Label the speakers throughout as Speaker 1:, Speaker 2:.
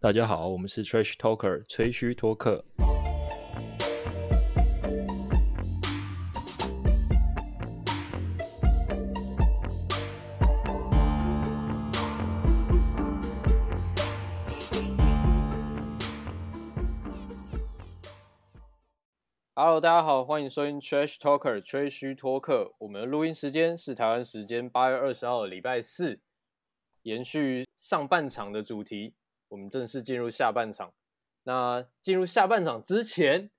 Speaker 1: 大家好，我们是 Trash Talker 吹嘘托客。
Speaker 2: Hello，大家好，欢迎收听 Trash Talker 吹嘘托客。我们的录音时间是台湾时间八月二十号的礼拜四，延续上半场的主题，我们正式进入下半场。那进入下半场之前，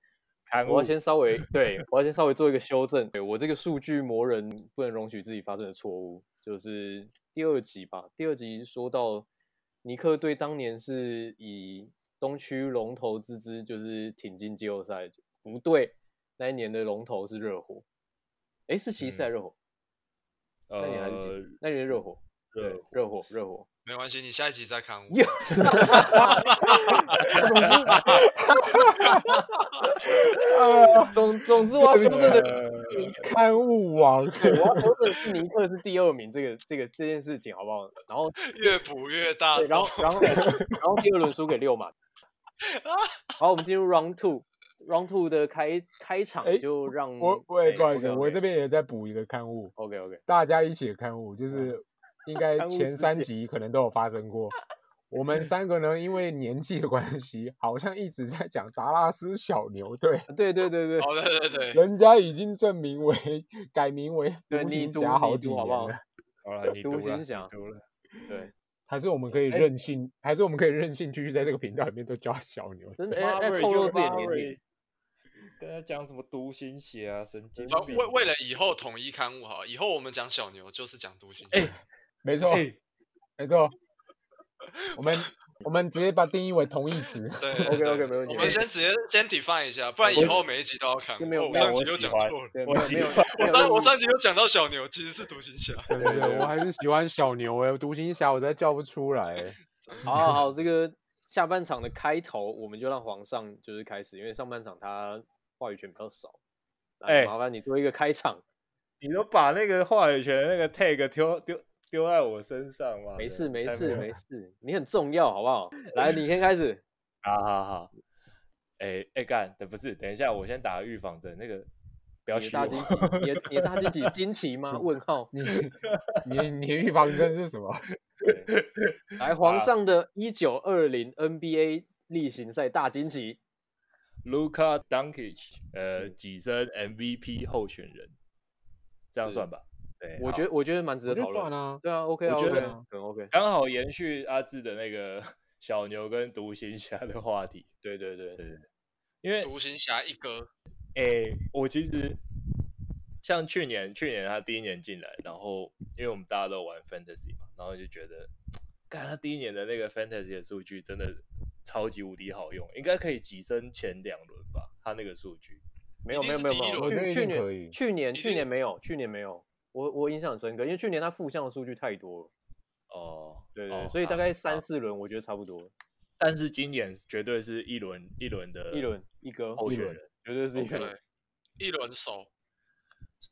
Speaker 3: 刊
Speaker 2: 我
Speaker 3: 物
Speaker 2: 要先稍微对我要先稍微做一个修正，对我这个数据魔人不能容许自己发生的错误，就是第二集吧。第二集说到尼克队当年是以东区龙头之姿，就是挺进季后赛，不对，那一年的龙头是热火，诶，是骑士还是热火？那年还是骑
Speaker 1: 呃，
Speaker 2: 士？那年是热火，对，热火，热火。
Speaker 4: 没关系，你下一集再看我
Speaker 2: 哟。 总总之，我要修正的
Speaker 3: 啊 刊物网，
Speaker 2: 对，我要说的是尼克是第二名，这个这个这件事情好不好？然后
Speaker 4: 越补越大
Speaker 2: 对，然后然后然后第二轮输给六 嘛。好，我们进入 round two。round two 的开开场
Speaker 3: 哎
Speaker 2: 就让
Speaker 3: 我我也不好意思，
Speaker 2: OK，OK
Speaker 3: 我这边也在补一个刊物，
Speaker 2: OK OK
Speaker 3: 大家一起的刊物，就是应该
Speaker 2: 哦嗯刊物
Speaker 3: 前
Speaker 2: 世
Speaker 3: 三
Speaker 2: 界
Speaker 3: 集可能都有发生 过。我们三个呢，因为年纪的关系，好像一直在讲达拉斯小牛队，
Speaker 2: 对对对对
Speaker 4: 哦，对对对，
Speaker 3: 人家已经证明为改名为
Speaker 2: 对
Speaker 3: 独
Speaker 2: 你
Speaker 3: 行
Speaker 2: 读
Speaker 3: 侠好
Speaker 2: 你
Speaker 3: 几
Speaker 2: 读
Speaker 3: 年
Speaker 2: 好不好
Speaker 3: 了，？
Speaker 1: 呃好了，你
Speaker 2: 独
Speaker 1: 读
Speaker 2: 行
Speaker 1: 了，你
Speaker 2: 侠
Speaker 1: 读了。
Speaker 2: 对，
Speaker 3: 还是我们可
Speaker 2: 哎
Speaker 3: 以任性，还是我们可以任性继续在这个频道里面都叫他小牛。
Speaker 2: 真的哎哎，透露自己的年龄。
Speaker 5: 跟他讲什么独行侠啊，神经
Speaker 4: 反
Speaker 5: 病！
Speaker 4: 为为了以后统一刊物哈，以后我们讲小牛就是讲独
Speaker 2: 哎
Speaker 4: 行侠。
Speaker 3: 没错，没错，我们我们直接把定义为同义词。
Speaker 4: 对
Speaker 2: OK
Speaker 4: 对
Speaker 2: OK，没问题。
Speaker 4: 我们先直接先 define 一下，不然以后每一集都要看。
Speaker 2: 没有
Speaker 4: 哦 我
Speaker 2: 没有
Speaker 4: 上集
Speaker 5: 我
Speaker 4: 又
Speaker 5: 喜
Speaker 4: 讲
Speaker 5: 欢
Speaker 4: 错了。
Speaker 2: 对
Speaker 5: 我
Speaker 2: 没有
Speaker 5: 喜
Speaker 2: 没有
Speaker 5: 欢
Speaker 2: 没
Speaker 4: 我
Speaker 2: 有
Speaker 4: 当
Speaker 2: 问
Speaker 4: 我
Speaker 2: 题
Speaker 4: 上集又讲到小牛其实是独行 侠。
Speaker 3: 真的，我还是喜欢小牛哎、独行侠我再叫不出来、
Speaker 2: 好好好，这个下半场的开头，我们就让皇上就是开始，因为上半场他话语权比较少。来
Speaker 5: 哎
Speaker 2: 麻烦你做一个开场。
Speaker 5: 你都把那个话语权的那个 tag 丢丢丢在我身上嘛？
Speaker 2: 没事
Speaker 5: 对
Speaker 2: 没
Speaker 5: 才
Speaker 2: 事
Speaker 5: 有
Speaker 2: 没事，你很重要，好不好？来，你先开始。
Speaker 5: 好好好，哎哎干，等不是，等一下，我先打个预防针，那个不要
Speaker 2: 你的
Speaker 5: 虚
Speaker 2: 大
Speaker 5: 我
Speaker 2: 惊。喜，你的你的大惊喜惊奇吗？问号。
Speaker 3: 你你你预防针是什 么？
Speaker 2: 来，皇上的一九二零 NBA 例行赛大惊喜，
Speaker 1: Luka Doncic，呃，跻身 MVP 候选人，这样
Speaker 2: 是
Speaker 1: 算吧？对，
Speaker 2: 我
Speaker 1: 哎好
Speaker 2: 觉得我觉得蛮值
Speaker 3: 我
Speaker 2: 得
Speaker 3: 就
Speaker 2: 讨
Speaker 3: 算
Speaker 2: 论。
Speaker 3: 啊，
Speaker 2: 对啊，OK 啊
Speaker 1: 我觉
Speaker 2: ，OK，
Speaker 1: 得
Speaker 2: 啊很 OK。
Speaker 1: 刚好延续阿志的 那个小牛跟独行侠的话题，
Speaker 2: 对对对，
Speaker 1: 因为
Speaker 4: 独行侠一哥，
Speaker 1: 诶、我其实像去年，去年他第一年进来，然后因为我们大家都玩 fantasy 嘛，然后就觉得，看他第一年的那个 fantasy 的数据真的超级无敌好用，应该可以跻身前两轮吧，他那个数据。
Speaker 2: 没有
Speaker 4: 一
Speaker 2: 没有
Speaker 4: 定
Speaker 2: 没有
Speaker 4: 是第
Speaker 2: 没
Speaker 4: 一
Speaker 2: 有，
Speaker 4: 轮
Speaker 3: 我觉
Speaker 2: 去去
Speaker 3: 得一定可以
Speaker 2: 年去年
Speaker 4: 一
Speaker 2: 去
Speaker 4: 定
Speaker 2: 年没有，去年没有，我我印象很深刻，因为去年他负向的数据太多了，
Speaker 1: 哦，
Speaker 2: 对对，
Speaker 1: 哦
Speaker 2: 对所以大概三
Speaker 1: 啊
Speaker 2: 四轮我觉得差不多，
Speaker 1: 但是今年绝对是一轮一轮的
Speaker 2: 一轮一哥，
Speaker 1: 候
Speaker 3: 一
Speaker 1: 选
Speaker 3: 轮
Speaker 1: 人。
Speaker 2: 绝对是一
Speaker 4: 对
Speaker 2: 个，
Speaker 4: 一轮手，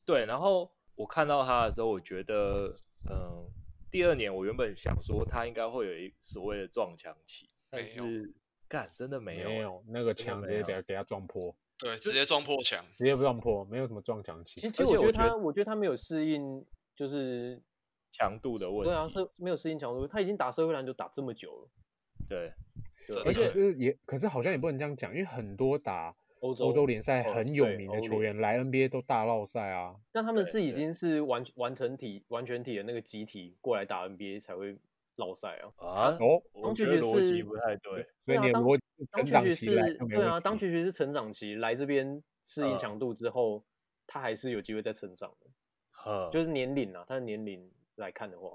Speaker 1: 对，然后我看到他的时候，我觉得，嗯，第二年我原本想说他应该会有一所谓的撞墙期，但
Speaker 4: 没有
Speaker 1: 是干真的没有欸，
Speaker 3: 那个
Speaker 1: 真的
Speaker 3: 墙
Speaker 1: 没
Speaker 3: 直接给
Speaker 1: 有
Speaker 3: 他给他撞破，
Speaker 4: 对，直接撞破墙。
Speaker 3: 直接撞破，没有什么撞墙
Speaker 2: 其
Speaker 3: 期。
Speaker 2: 实其
Speaker 1: 而
Speaker 2: 实
Speaker 1: 且
Speaker 2: 我
Speaker 1: 我
Speaker 2: 觉得
Speaker 1: 觉得
Speaker 2: 他，我觉得他没有适应，就是
Speaker 1: 强度的问
Speaker 2: 对啊，
Speaker 1: 题，
Speaker 2: 是没有适应强度，他已经打社会篮球打这么久了，
Speaker 1: 对
Speaker 2: 对啊，
Speaker 1: 而
Speaker 3: 而
Speaker 1: 且
Speaker 3: 且这也可是好像也不能这样讲，因为很多打
Speaker 2: 欧洲
Speaker 3: 欧洲联赛
Speaker 2: 哦
Speaker 3: 很有
Speaker 2: 对
Speaker 3: 名的
Speaker 2: 欧
Speaker 3: 球
Speaker 2: 联
Speaker 3: 员来 NBA 都大闹赛啊，
Speaker 2: 但他们
Speaker 1: 对
Speaker 2: 是已
Speaker 1: 对
Speaker 2: 经是完完成体完全体的那个集体过来打 NBA 才会落赛啊。
Speaker 1: 啊，
Speaker 3: 哦，
Speaker 1: 我
Speaker 2: 当
Speaker 1: 觉
Speaker 2: 拒
Speaker 1: 得
Speaker 2: 绝
Speaker 1: 逻辑
Speaker 2: 是
Speaker 1: 不太对，
Speaker 3: 所
Speaker 2: 对
Speaker 3: 以
Speaker 2: 啊
Speaker 3: 你的
Speaker 2: 当
Speaker 3: 逻辑
Speaker 2: 当
Speaker 3: 成
Speaker 2: 拒
Speaker 3: 长
Speaker 2: 绝
Speaker 3: 期来
Speaker 2: 是
Speaker 3: 就没
Speaker 2: 对
Speaker 3: 问
Speaker 2: 啊，当
Speaker 3: 题
Speaker 2: 拒绝是成长期，来这边适应
Speaker 1: 呃
Speaker 2: 强度之后，他还是有机会再成长的，
Speaker 1: 呵，
Speaker 2: 就是年龄啊，他的年龄来看的话，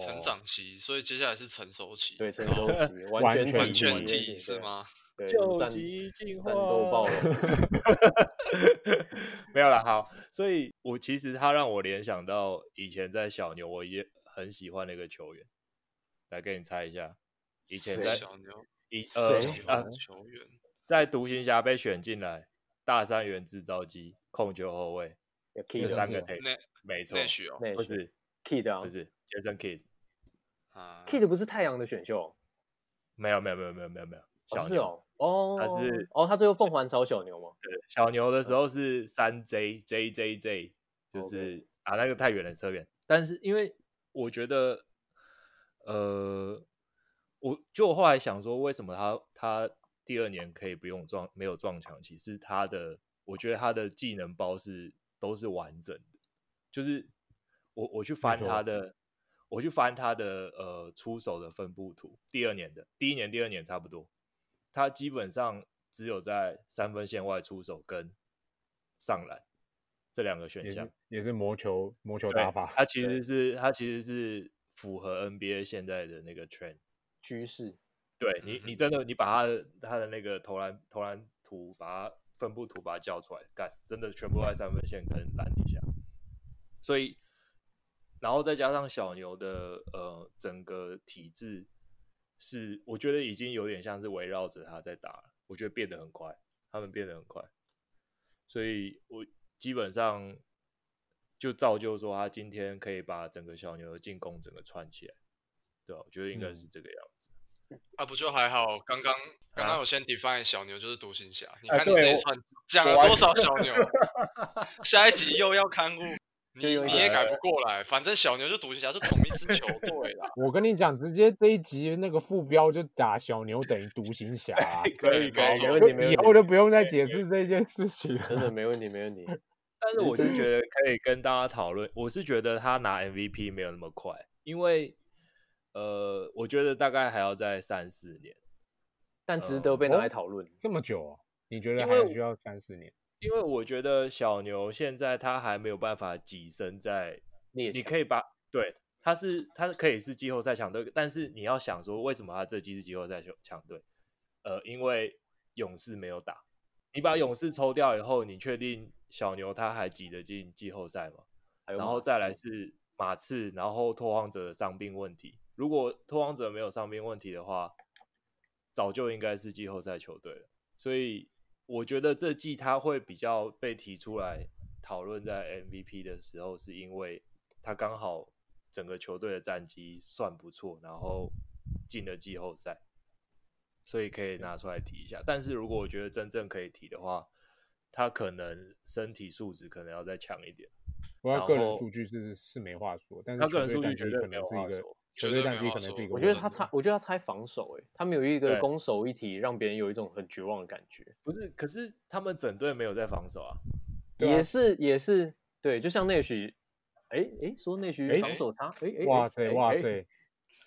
Speaker 4: 成
Speaker 1: 哦
Speaker 4: 长期，所以接下来是成熟期。
Speaker 2: 对成熟 期
Speaker 3: 完
Speaker 2: 全体
Speaker 3: 全
Speaker 4: 完
Speaker 3: 体
Speaker 4: 全
Speaker 2: 完
Speaker 4: 体是
Speaker 2: 对
Speaker 4: 吗？
Speaker 2: 对，
Speaker 5: 救
Speaker 2: 战
Speaker 5: 急进化，
Speaker 2: 战斗暴龙，
Speaker 1: 没有啦，好，所以我其实他让我联想到以前在小牛，我也很喜欢的一个球员，来给你猜一下，以前
Speaker 2: 谁
Speaker 1: 在
Speaker 4: 小牛，
Speaker 1: 以呃
Speaker 2: 谁啊
Speaker 4: 小
Speaker 1: 呃
Speaker 4: 牛球员，
Speaker 1: 在独行侠被选进来，大三元制造机控球后卫，
Speaker 2: 有 key
Speaker 1: 这
Speaker 2: 的
Speaker 1: 三个 t
Speaker 4: 内
Speaker 1: 没错
Speaker 4: 内，许哦，
Speaker 2: 那
Speaker 1: 不是
Speaker 2: key 的啊
Speaker 1: 不是 Jason Kidd，
Speaker 4: 啊，
Speaker 2: ，key 的不是太阳的选秀，
Speaker 1: 没有没有没有没有没有没有，小
Speaker 2: 是
Speaker 1: 牛、
Speaker 2: 哦，哦，
Speaker 1: 他是
Speaker 2: 哦，他最后凤凰巢小牛嘛，
Speaker 1: 对小牛的时候是三 J J J J，就
Speaker 2: OK
Speaker 1: 是啊那个太远了扯远，但是因为我觉得呃，我就我后来想说，为什么他他第二年可以不用撞没有撞墙期？是他的，我觉得他的技能包是都是完整的，就是我我去翻
Speaker 3: 错
Speaker 1: 他的，我去翻他的呃出手的分布图，第二年的，第一年第二年差不多，他基本上只有在三分线外出手跟上篮这两个选
Speaker 3: 也
Speaker 1: 项
Speaker 3: 是。也是魔球魔球
Speaker 1: 对
Speaker 3: 打法，。
Speaker 1: 它其实是它其实是符合 NBA 现在的那个 trend。
Speaker 2: 趋势
Speaker 1: 对你，
Speaker 4: 嗯
Speaker 1: 你真的你把他的他的那个投篮投篮图，把它分布图把它叫出来，干，真的全部都在三分线跟篮底下。所以，然后再加上小牛的呃整个体制是，我觉得已经有点像是围绕着他在打了，我觉得变得很快，他们变得很快，所以我基本上就造就说他今天可以把整个小牛的进攻整个串起来，对吧、我觉得应该是这个样子。
Speaker 4: 啊，不就还好？刚刚刚
Speaker 1: 啊
Speaker 4: 刚我先 define 小牛就是独行侠，你
Speaker 1: 啊
Speaker 4: 看你
Speaker 1: 对
Speaker 4: 这一
Speaker 1: 我
Speaker 4: 串讲
Speaker 1: 我
Speaker 4: 了
Speaker 1: 完
Speaker 4: 多少小 牛，下一集又要刊物，你
Speaker 2: 又有一
Speaker 4: 你
Speaker 2: 个
Speaker 4: 也改不过来。反正小牛就独行侠，是同一支球队 啦
Speaker 3: 我跟你讲，直接这一集那个副标就打小牛等于独行侠 啊、
Speaker 1: 可
Speaker 4: 以可以
Speaker 2: 没
Speaker 4: 没
Speaker 2: 问
Speaker 3: 就
Speaker 2: 题，没
Speaker 3: 以后就
Speaker 2: 问题，
Speaker 3: 不用再解释这件事情了。
Speaker 2: 真的没问题，没问题。
Speaker 1: 但是我是觉得可以跟大家讨论，我是觉得他拿 MVP 没有那么快，因为呃，我觉得大概还要在三四年，
Speaker 2: 但值得被拿
Speaker 3: 哦
Speaker 2: 来讨论。
Speaker 3: 这么久、哦，你觉得
Speaker 1: 因为
Speaker 3: 还
Speaker 1: 我
Speaker 3: 需要三四年？
Speaker 1: 因为我觉得小牛现在他还没有办法跻身在，
Speaker 2: 猎
Speaker 1: 你
Speaker 2: 翔
Speaker 1: 可以把对。他是他可以是季后赛强队，但是你要想说，为什么他这季是季后赛强强队？呃，因为勇士没有打，你把勇士抽掉以后，你确定小牛他还挤得进季后赛吗？
Speaker 2: 还有
Speaker 1: 然后
Speaker 2: 马
Speaker 1: 再
Speaker 2: 刺
Speaker 1: 来是马刺，然后拓荒者的伤病问题。如果拓荒者没有伤病问题的话，早就应该是季后赛球队了。所以我觉得这季他会比较被提出来讨论在 MVP 的时候，是因为他刚好整个球队的战绩算不错，然后进了季后赛，所以可以拿出来提一下。但是如果我觉得真正可以提的话，他可能身体素质可能要再强一点。
Speaker 3: 我要
Speaker 1: 然
Speaker 3: 个人
Speaker 1: 后
Speaker 3: 数据是是没话说，但是
Speaker 1: 他个人
Speaker 3: 球
Speaker 1: 数
Speaker 3: 队
Speaker 1: 据绝
Speaker 3: 战绩
Speaker 1: 对
Speaker 3: 可
Speaker 1: 没有
Speaker 3: 能是一
Speaker 1: 话
Speaker 3: 个
Speaker 1: 说
Speaker 4: 绝
Speaker 3: 球
Speaker 4: 对
Speaker 3: 队战
Speaker 4: 没
Speaker 3: 绩
Speaker 4: 话
Speaker 3: 可能是
Speaker 4: 说
Speaker 3: 一
Speaker 4: 我
Speaker 3: 个
Speaker 2: 我
Speaker 3: 问
Speaker 2: 觉
Speaker 3: 题。
Speaker 2: 得他差，我觉得他差防守、欸，他们有一个
Speaker 1: 对
Speaker 2: 攻守一体，让别人有一种很绝望的感觉。
Speaker 1: 不是，可是他们整队没有在防守啊。
Speaker 3: 对啊
Speaker 2: 也是也是，对，就像内许，哎、哎、说内许
Speaker 3: 诶
Speaker 2: 防守差，哎、哎、
Speaker 3: 哇
Speaker 2: 诶
Speaker 3: 塞
Speaker 2: 诶
Speaker 3: 哇
Speaker 2: 诶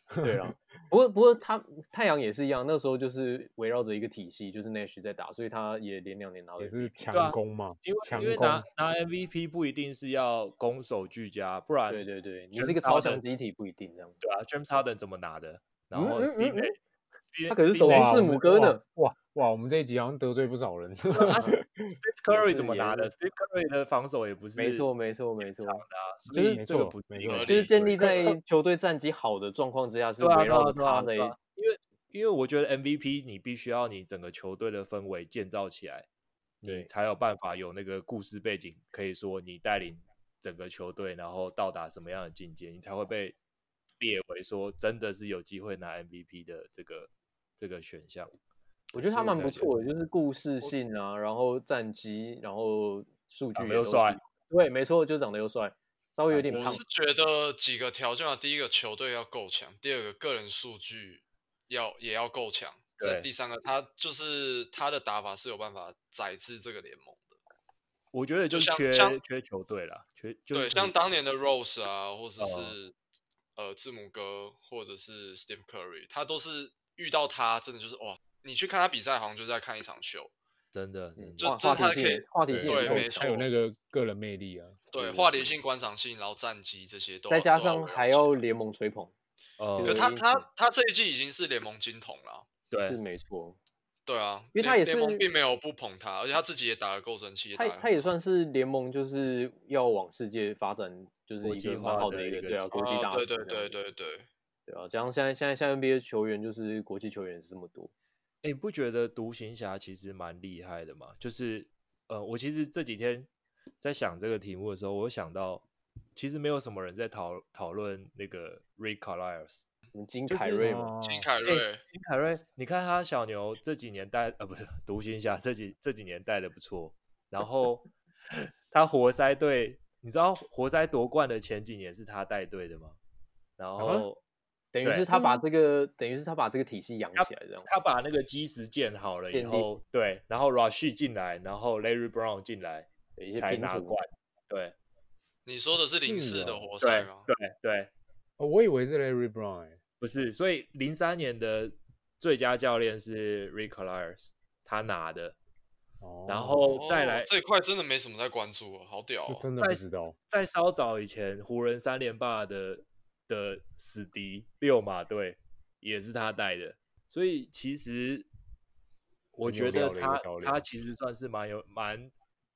Speaker 3: 塞，
Speaker 2: 对啊，不过不过他太阳也是一样，那时候就是围绕着一个体系，就是 Nash 在打，所以他也连两年拿了
Speaker 3: 也
Speaker 2: MVP。
Speaker 3: 是
Speaker 1: 对啊
Speaker 3: 强攻嘛，
Speaker 1: 因为
Speaker 3: 强
Speaker 1: 因为
Speaker 3: 攻
Speaker 1: 拿拿 MVP 不一定是要攻守俱佳，不然
Speaker 2: 对对对，你
Speaker 1: 全
Speaker 2: 是一个
Speaker 1: 超
Speaker 2: 超
Speaker 1: 的
Speaker 2: 强集体不一定这样。
Speaker 1: 对啊，James Harden 怎么拿的？然
Speaker 2: 嗯
Speaker 1: 后
Speaker 2: 嗯
Speaker 1: s t e
Speaker 2: 嗯
Speaker 1: v
Speaker 2: 嗯
Speaker 1: e
Speaker 2: 他可是守门
Speaker 3: 哇
Speaker 2: 字
Speaker 3: 我们
Speaker 2: 母哥呢
Speaker 3: 哇哇哇，我们这一集好像得罪不少人。
Speaker 1: 啊 Steve Curry
Speaker 2: 是
Speaker 1: 怎么
Speaker 2: 也
Speaker 1: 拿的
Speaker 2: 是
Speaker 1: ？Steve Curry 的防守也不是
Speaker 2: 没错没错没
Speaker 1: 坚
Speaker 2: 错
Speaker 1: 强的啊，所
Speaker 2: 就是
Speaker 1: 以
Speaker 3: 没
Speaker 1: 这个
Speaker 3: 错
Speaker 1: 不是
Speaker 3: 没
Speaker 1: 一
Speaker 3: 错
Speaker 1: 个
Speaker 4: 合
Speaker 2: 就是
Speaker 4: 理
Speaker 2: 建立在球队战绩好的状况之下，是
Speaker 1: 对啊
Speaker 2: 围
Speaker 1: 对啊
Speaker 2: 绕着
Speaker 1: 对啊
Speaker 2: 他在
Speaker 1: 对啊因为因为我觉得 MVP 你必须要你整个球队的氛围建造起来，你
Speaker 2: 对
Speaker 1: 才有办法有那个故事背景，可以说你带领整个球队，然后到达什么样的境界，你才会被列为说真的是有机会拿 MVP 的这个这个选项。
Speaker 2: 我觉得
Speaker 1: 所
Speaker 2: 他
Speaker 1: 以我
Speaker 2: 蛮
Speaker 1: 才
Speaker 2: 不
Speaker 1: 觉
Speaker 2: 错的，就是故事性啊，然后战绩，然后数据
Speaker 1: 长
Speaker 2: 也
Speaker 1: 得又
Speaker 2: 都是
Speaker 1: 帅。
Speaker 2: 对，没错，就长得又帅，稍微有点
Speaker 1: 真
Speaker 2: 胖
Speaker 4: 我是。觉得几个条件啊，第一个球队要够强，第二个个人数据要也要够强，
Speaker 1: 对
Speaker 4: 再第三个他就是他的打法是有办法宰制这个联盟的。
Speaker 1: 我觉得就
Speaker 4: 就像
Speaker 1: 缺
Speaker 4: 像
Speaker 1: 缺球队啦，缺就
Speaker 4: 对，
Speaker 1: 是
Speaker 4: 像当年的 Rose 啊，或者
Speaker 2: 嗯
Speaker 1: 哦
Speaker 4: 是、呃字母哥，或者是 Steve Curry，他都是遇到他真的就是哇，你去看他比赛，好像就是在看一场秀。
Speaker 1: 真的真
Speaker 2: 嗯
Speaker 1: 的
Speaker 4: 就
Speaker 2: 话
Speaker 4: 这
Speaker 2: 话
Speaker 4: 他
Speaker 2: 题性
Speaker 4: 可以
Speaker 2: 也，话题
Speaker 3: 对
Speaker 2: 性也
Speaker 4: 对
Speaker 2: 是够
Speaker 4: 没
Speaker 2: 强
Speaker 3: 还有那个个人魅力啊，
Speaker 4: 对，
Speaker 2: 是
Speaker 4: 话题性、观赏性，然后战绩这些都
Speaker 2: 再加
Speaker 4: 都要
Speaker 2: 上
Speaker 4: 围绕
Speaker 2: 还
Speaker 4: 起来
Speaker 2: 要联盟吹捧，
Speaker 1: 呃
Speaker 2: 就
Speaker 4: 可
Speaker 2: 是
Speaker 4: 他
Speaker 2: 因
Speaker 4: 他他这一季已经是联盟金童了。
Speaker 2: 是
Speaker 1: 对
Speaker 2: 没错。
Speaker 4: 对啊，
Speaker 2: 因为他
Speaker 4: 联
Speaker 2: 也
Speaker 4: 联盟
Speaker 2: 是
Speaker 4: 并没有不捧他，而且他自己也打得够争气，
Speaker 2: 他
Speaker 4: 打得
Speaker 2: 他
Speaker 4: 很
Speaker 2: 也算是联盟就是要往世界发展，就是
Speaker 1: 国
Speaker 2: 一
Speaker 1: 际
Speaker 2: 个蛮
Speaker 1: 化
Speaker 2: 好
Speaker 1: 的
Speaker 2: 的一
Speaker 1: 一
Speaker 2: 个
Speaker 1: 个
Speaker 2: 对啊
Speaker 1: 球
Speaker 2: 国际
Speaker 4: 哦
Speaker 2: 大使
Speaker 4: 对
Speaker 2: 这
Speaker 4: 对
Speaker 2: 样
Speaker 4: 对
Speaker 2: 子
Speaker 4: 对对，
Speaker 2: 对啊，加上现在现在现在 NBA 球员就是国际球员也是这么多，
Speaker 1: 哎、你不觉得独行侠其实蛮厉害的吗？就是，呃，我其实这几天在想这个题目的时候，我有想到，其实没有什么人在讨讨论那个 Ray Carlisle
Speaker 2: 什么金
Speaker 1: 就
Speaker 2: 凯
Speaker 1: 是
Speaker 2: 瑞
Speaker 3: 哦
Speaker 2: 嘛，
Speaker 4: 金凯瑞，
Speaker 1: 金凯瑞，你看他小牛这几年带呃不是独行侠这几这几年带的不错，然后他活塞队，你知道活塞夺冠的前几年是他带队的吗？然后
Speaker 2: 等于
Speaker 1: 对
Speaker 2: 是他把这个，等于是他把这个体系养
Speaker 1: 他
Speaker 2: 起来，这样。
Speaker 1: 他把那个基石建好了以
Speaker 2: 建立
Speaker 1: 后，对，然后 Rashi 进来，然后 Larry Brown 进来
Speaker 2: 有一些
Speaker 1: 才
Speaker 2: 拼
Speaker 1: 拿
Speaker 2: 图
Speaker 1: 冠，对
Speaker 4: 你说的是零
Speaker 3: 是
Speaker 4: 四
Speaker 3: 哦
Speaker 4: 的活塞
Speaker 1: 对
Speaker 4: 吗？
Speaker 1: 对对，
Speaker 3: 哦我以为是 Larry Brown，欸
Speaker 1: 不是，所以零三年的最佳教练是 Rick Carlisle，他拿的，
Speaker 3: 哦，
Speaker 1: 然后再
Speaker 4: 哦
Speaker 1: 来
Speaker 4: 这一块真的没什么在关注哦，好屌哦、
Speaker 3: 这真的不
Speaker 1: 再
Speaker 3: 知道，
Speaker 1: 在稍早以前，湖人三连霸的的死敌六马队也是他带的，所以其实我
Speaker 3: 很有
Speaker 1: 觉得
Speaker 3: 料的一个
Speaker 1: 他
Speaker 3: 教练
Speaker 1: 他其实算是蛮有蛮，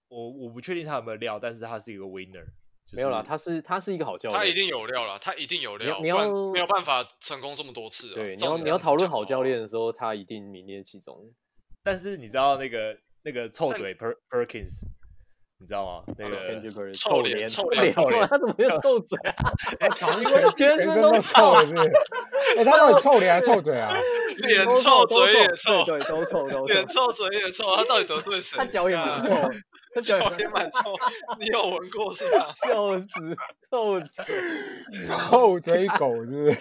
Speaker 1: 我我不确定他有没有料，但是他是一个 winner，、就是、
Speaker 2: 没有啦，他是他是一个好教练，
Speaker 4: 他一定有料啦，他一定有
Speaker 2: 你要
Speaker 4: 料，
Speaker 2: 你
Speaker 4: 不然
Speaker 2: 要
Speaker 4: 没有办法成功这么多次啊。
Speaker 2: 对，你
Speaker 4: 照
Speaker 2: 要
Speaker 4: 这
Speaker 2: 你要
Speaker 4: 样子
Speaker 2: 讨论
Speaker 4: 讲
Speaker 2: 好
Speaker 4: 的
Speaker 2: 教
Speaker 4: 话
Speaker 2: 练的时候，他一定名列其中。
Speaker 1: 但是你知道那个那个臭嘴 Per Perkins，你知道吗？那个
Speaker 2: Kendrick Perry，
Speaker 4: 臭
Speaker 2: 臭
Speaker 4: 脸
Speaker 2: 脸，
Speaker 4: 臭
Speaker 2: 脸，
Speaker 4: 脸
Speaker 1: 臭脸
Speaker 2: 他怎么没有臭嘴啊？
Speaker 4: 哎
Speaker 3: 全
Speaker 2: 全
Speaker 3: 全
Speaker 2: 身
Speaker 3: 身
Speaker 2: 都
Speaker 3: 都
Speaker 2: 臭
Speaker 3: 臭
Speaker 4: 啊
Speaker 3: 了，是不是？哎，他到底臭脸还是臭 嘴啊？
Speaker 4: 脸
Speaker 2: 都
Speaker 4: 臭
Speaker 2: 都
Speaker 4: 嘴也臭
Speaker 2: 对，对都臭都
Speaker 4: 脸
Speaker 2: 臭。
Speaker 4: 臭嘴也臭，他到底得罪谁？
Speaker 2: 他脚也不
Speaker 4: 干
Speaker 2: 臭，他脚
Speaker 4: 脚
Speaker 2: 也
Speaker 4: 也蛮臭，你有闻过是吧？
Speaker 2: 笑死，臭 嘴。
Speaker 3: 臭嘴狗是不是？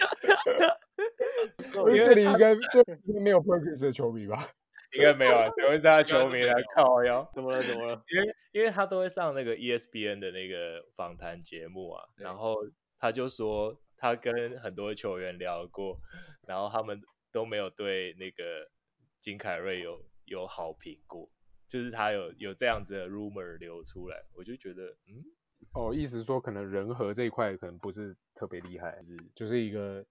Speaker 2: 臭
Speaker 3: 因为
Speaker 2: 脸
Speaker 3: 这里应 该这里应该没有 Perkins 的球迷吧？
Speaker 1: 应该没有啊，只会是他球迷
Speaker 4: 应该是没有
Speaker 1: 来靠腰。
Speaker 2: 怎么了？怎么了？
Speaker 1: 因为因为他都会上那个 E ESPN 的那个访谈节目啊，然后他就说他跟很多球员聊过，然后他们都没有对那个金凯瑞有有好评过，就是他有有这样子的 rumor 流出来，我就觉得嗯，
Speaker 3: 哦，意思说可能人和这一块可能不是特别厉害，就是一个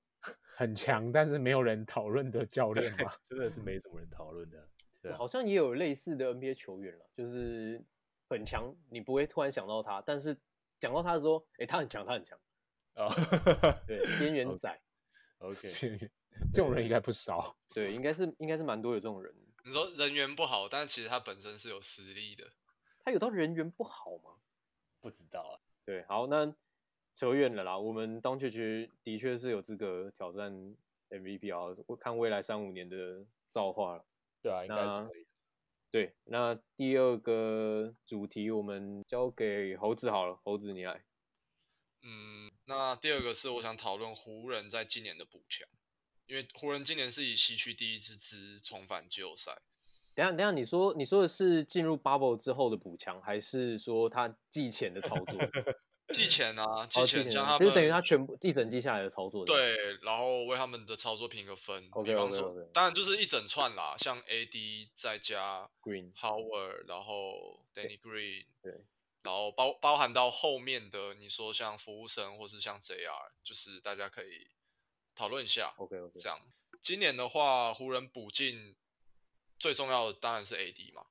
Speaker 3: 很强但是没有人讨论的教练吧。
Speaker 1: 真的是没什么人讨论的。对啊
Speaker 2: 好像也有类似的 NBA 球员了，就是很强，你不会突然想到他，但是讲到他的时候，哎，他很强，他很强。
Speaker 1: 哦，
Speaker 2: 对，边缘
Speaker 4: 哦
Speaker 2: 仔，
Speaker 1: ，OK，
Speaker 3: 这种人应该不少。
Speaker 2: 对，应该是应该是蛮多有这种人。
Speaker 4: 你说人缘不好，但是其实他本身是有实力的。
Speaker 2: 他有到人缘不好吗？
Speaker 1: 不知道啊，
Speaker 2: 对，好，那扯远了啦。我们当确确的确是有资格挑战 MVP 啊，我看未来三五年的造化了。
Speaker 1: 对啊，应该是
Speaker 2: 那
Speaker 1: 可以。
Speaker 2: 对，那第二个主题我们交给猴子好了，猴子你来。
Speaker 4: 嗯，那第二个是我想讨论湖人在今年的补强，因为湖人今年是以西区第一之姿重返季后赛。
Speaker 2: 等一下，等一下，你说你说的是进入 bubble 之后的补强，还是说他季前的操作？
Speaker 4: 季前啊，
Speaker 2: 哦
Speaker 4: 季
Speaker 2: 季
Speaker 4: 前
Speaker 2: 前
Speaker 4: 像
Speaker 2: 的
Speaker 4: 他们
Speaker 2: 就是等于他全部一整季下来的操作。，
Speaker 4: 对，然后为他们的操作评个分。比方说
Speaker 2: OK，OK，OK
Speaker 4: 当然就是一整串啦，像 AD 再加
Speaker 2: Green
Speaker 4: Howard，然后 Danny Green，
Speaker 2: 对，
Speaker 4: 然后包包含到后面的你说像服务生或是像 JR，就是大家可以讨论一下。
Speaker 2: ，OK OK，
Speaker 4: 这样。今年的话，湖人补进最重要的当然是 AD 嘛。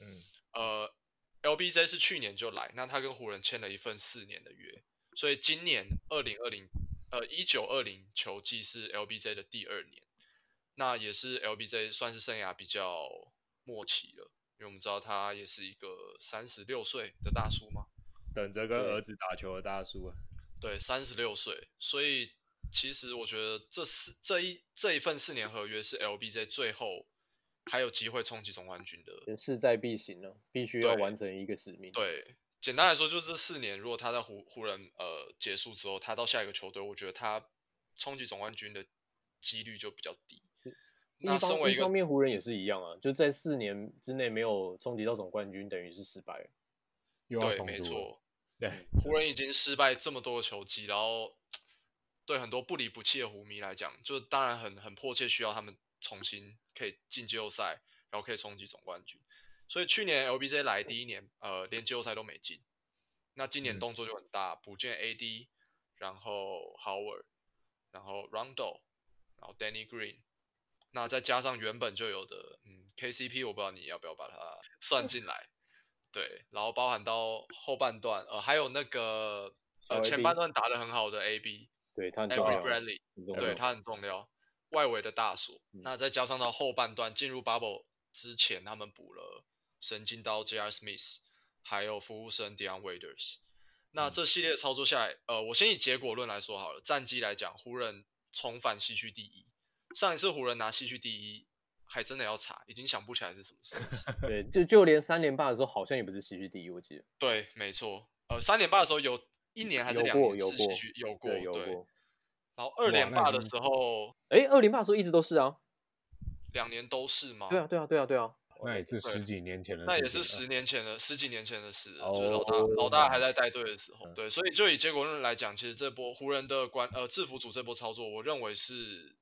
Speaker 1: 嗯，
Speaker 4: 呃，LBJ 是去年就来，那他跟湖人签了一份四年的约，所以今年二零二零呃一九二零球季是 LBJ 的第二年，那也是 LBJ 算是生涯比较末期了，因为我们知道他也是一个三十六岁的大叔嘛。
Speaker 1: 等着跟
Speaker 2: 对
Speaker 1: 儿子打球的大叔啊，
Speaker 4: 对，三十六岁，所以其实我觉得这四这一这一份四年合约是 LBJ 最后还有机会冲击总冠军的。
Speaker 2: 势在必行了、必须要
Speaker 4: 对
Speaker 2: 完成一个使命。，
Speaker 4: 对，简单来说就是这四年，如果他在湖湖人呃结束之后，他到下一个球队，我觉得他冲击总冠军的几率就比较低。那
Speaker 2: 嗯一
Speaker 4: 身
Speaker 2: 方
Speaker 4: 为
Speaker 2: 一
Speaker 4: 一个
Speaker 2: 方面湖人也是一样啊，就在四年之内没有冲击到总冠军，等于是失败了。
Speaker 3: 又要
Speaker 4: 对，
Speaker 3: 重
Speaker 4: 没
Speaker 3: 组了，
Speaker 4: 错，
Speaker 1: 对，
Speaker 4: 湖人已经失败这么多的球季，然后对很多不离不弃的湖迷来讲，就当然很很迫切需要他们重新可以进季后赛，然后可以冲击总冠军。所以去年 LBJ 来第一年，呃，连季后赛都没进。那今年
Speaker 1: 嗯
Speaker 4: 动作就很大，补进 AD，然后 Howard，然后 Rondo，然后 Danny Green，那再加上原本就有的，嗯，KCP，我不知道你要不要把它
Speaker 2: 嗯
Speaker 4: 算进来，对，然后包含到后半段，呃，还有那个
Speaker 2: 小
Speaker 4: 呃
Speaker 2: AB
Speaker 4: 前半段打得很好的 AB，
Speaker 2: 对他很重
Speaker 4: Avery
Speaker 2: 要，
Speaker 4: Bradley，
Speaker 2: 很重
Speaker 4: 对
Speaker 2: 要。嗯
Speaker 4: 他很重要，外围的大锁，那再加上到后半段进入 bubble 之前，他们补了神经刀 J.R. Smith，还有服务生 Dion
Speaker 2: 嗯
Speaker 4: Waiters。那这系列操作下来，呃，我先以结果论来说好了，战绩来讲，湖人重返西区第一。上一次湖人拿西区第一，还真的要查，已经想不起来是什么时候。
Speaker 2: 对，就就连三连霸的时候，好像也不是西区第一，我记得
Speaker 4: 对，没错，呃，三连霸的时候有一年还是
Speaker 2: 有
Speaker 4: 两
Speaker 2: 过
Speaker 4: 年
Speaker 2: 有
Speaker 4: 是
Speaker 2: 过
Speaker 4: 西区有过，
Speaker 2: 对
Speaker 4: 对。
Speaker 2: 有过。
Speaker 4: 然后二
Speaker 3: 哇
Speaker 4: 连
Speaker 3: 那
Speaker 4: 霸
Speaker 3: 已
Speaker 4: 的
Speaker 3: 经
Speaker 4: 时候，
Speaker 2: 哎，二连霸的时候一直都是啊，
Speaker 4: 两年都是吗？
Speaker 2: 对啊，对啊，对啊，对啊，
Speaker 3: 那也是
Speaker 4: 对
Speaker 3: 十几年前的事
Speaker 4: 那
Speaker 3: 情了，
Speaker 4: 也是十年前的十几年前的事了，就是老大老
Speaker 3: 哦嗯
Speaker 4: 大还在带队的时候，对，所以就以结果论来讲，其实这波湖人的关呃制服组这波操作，我认为是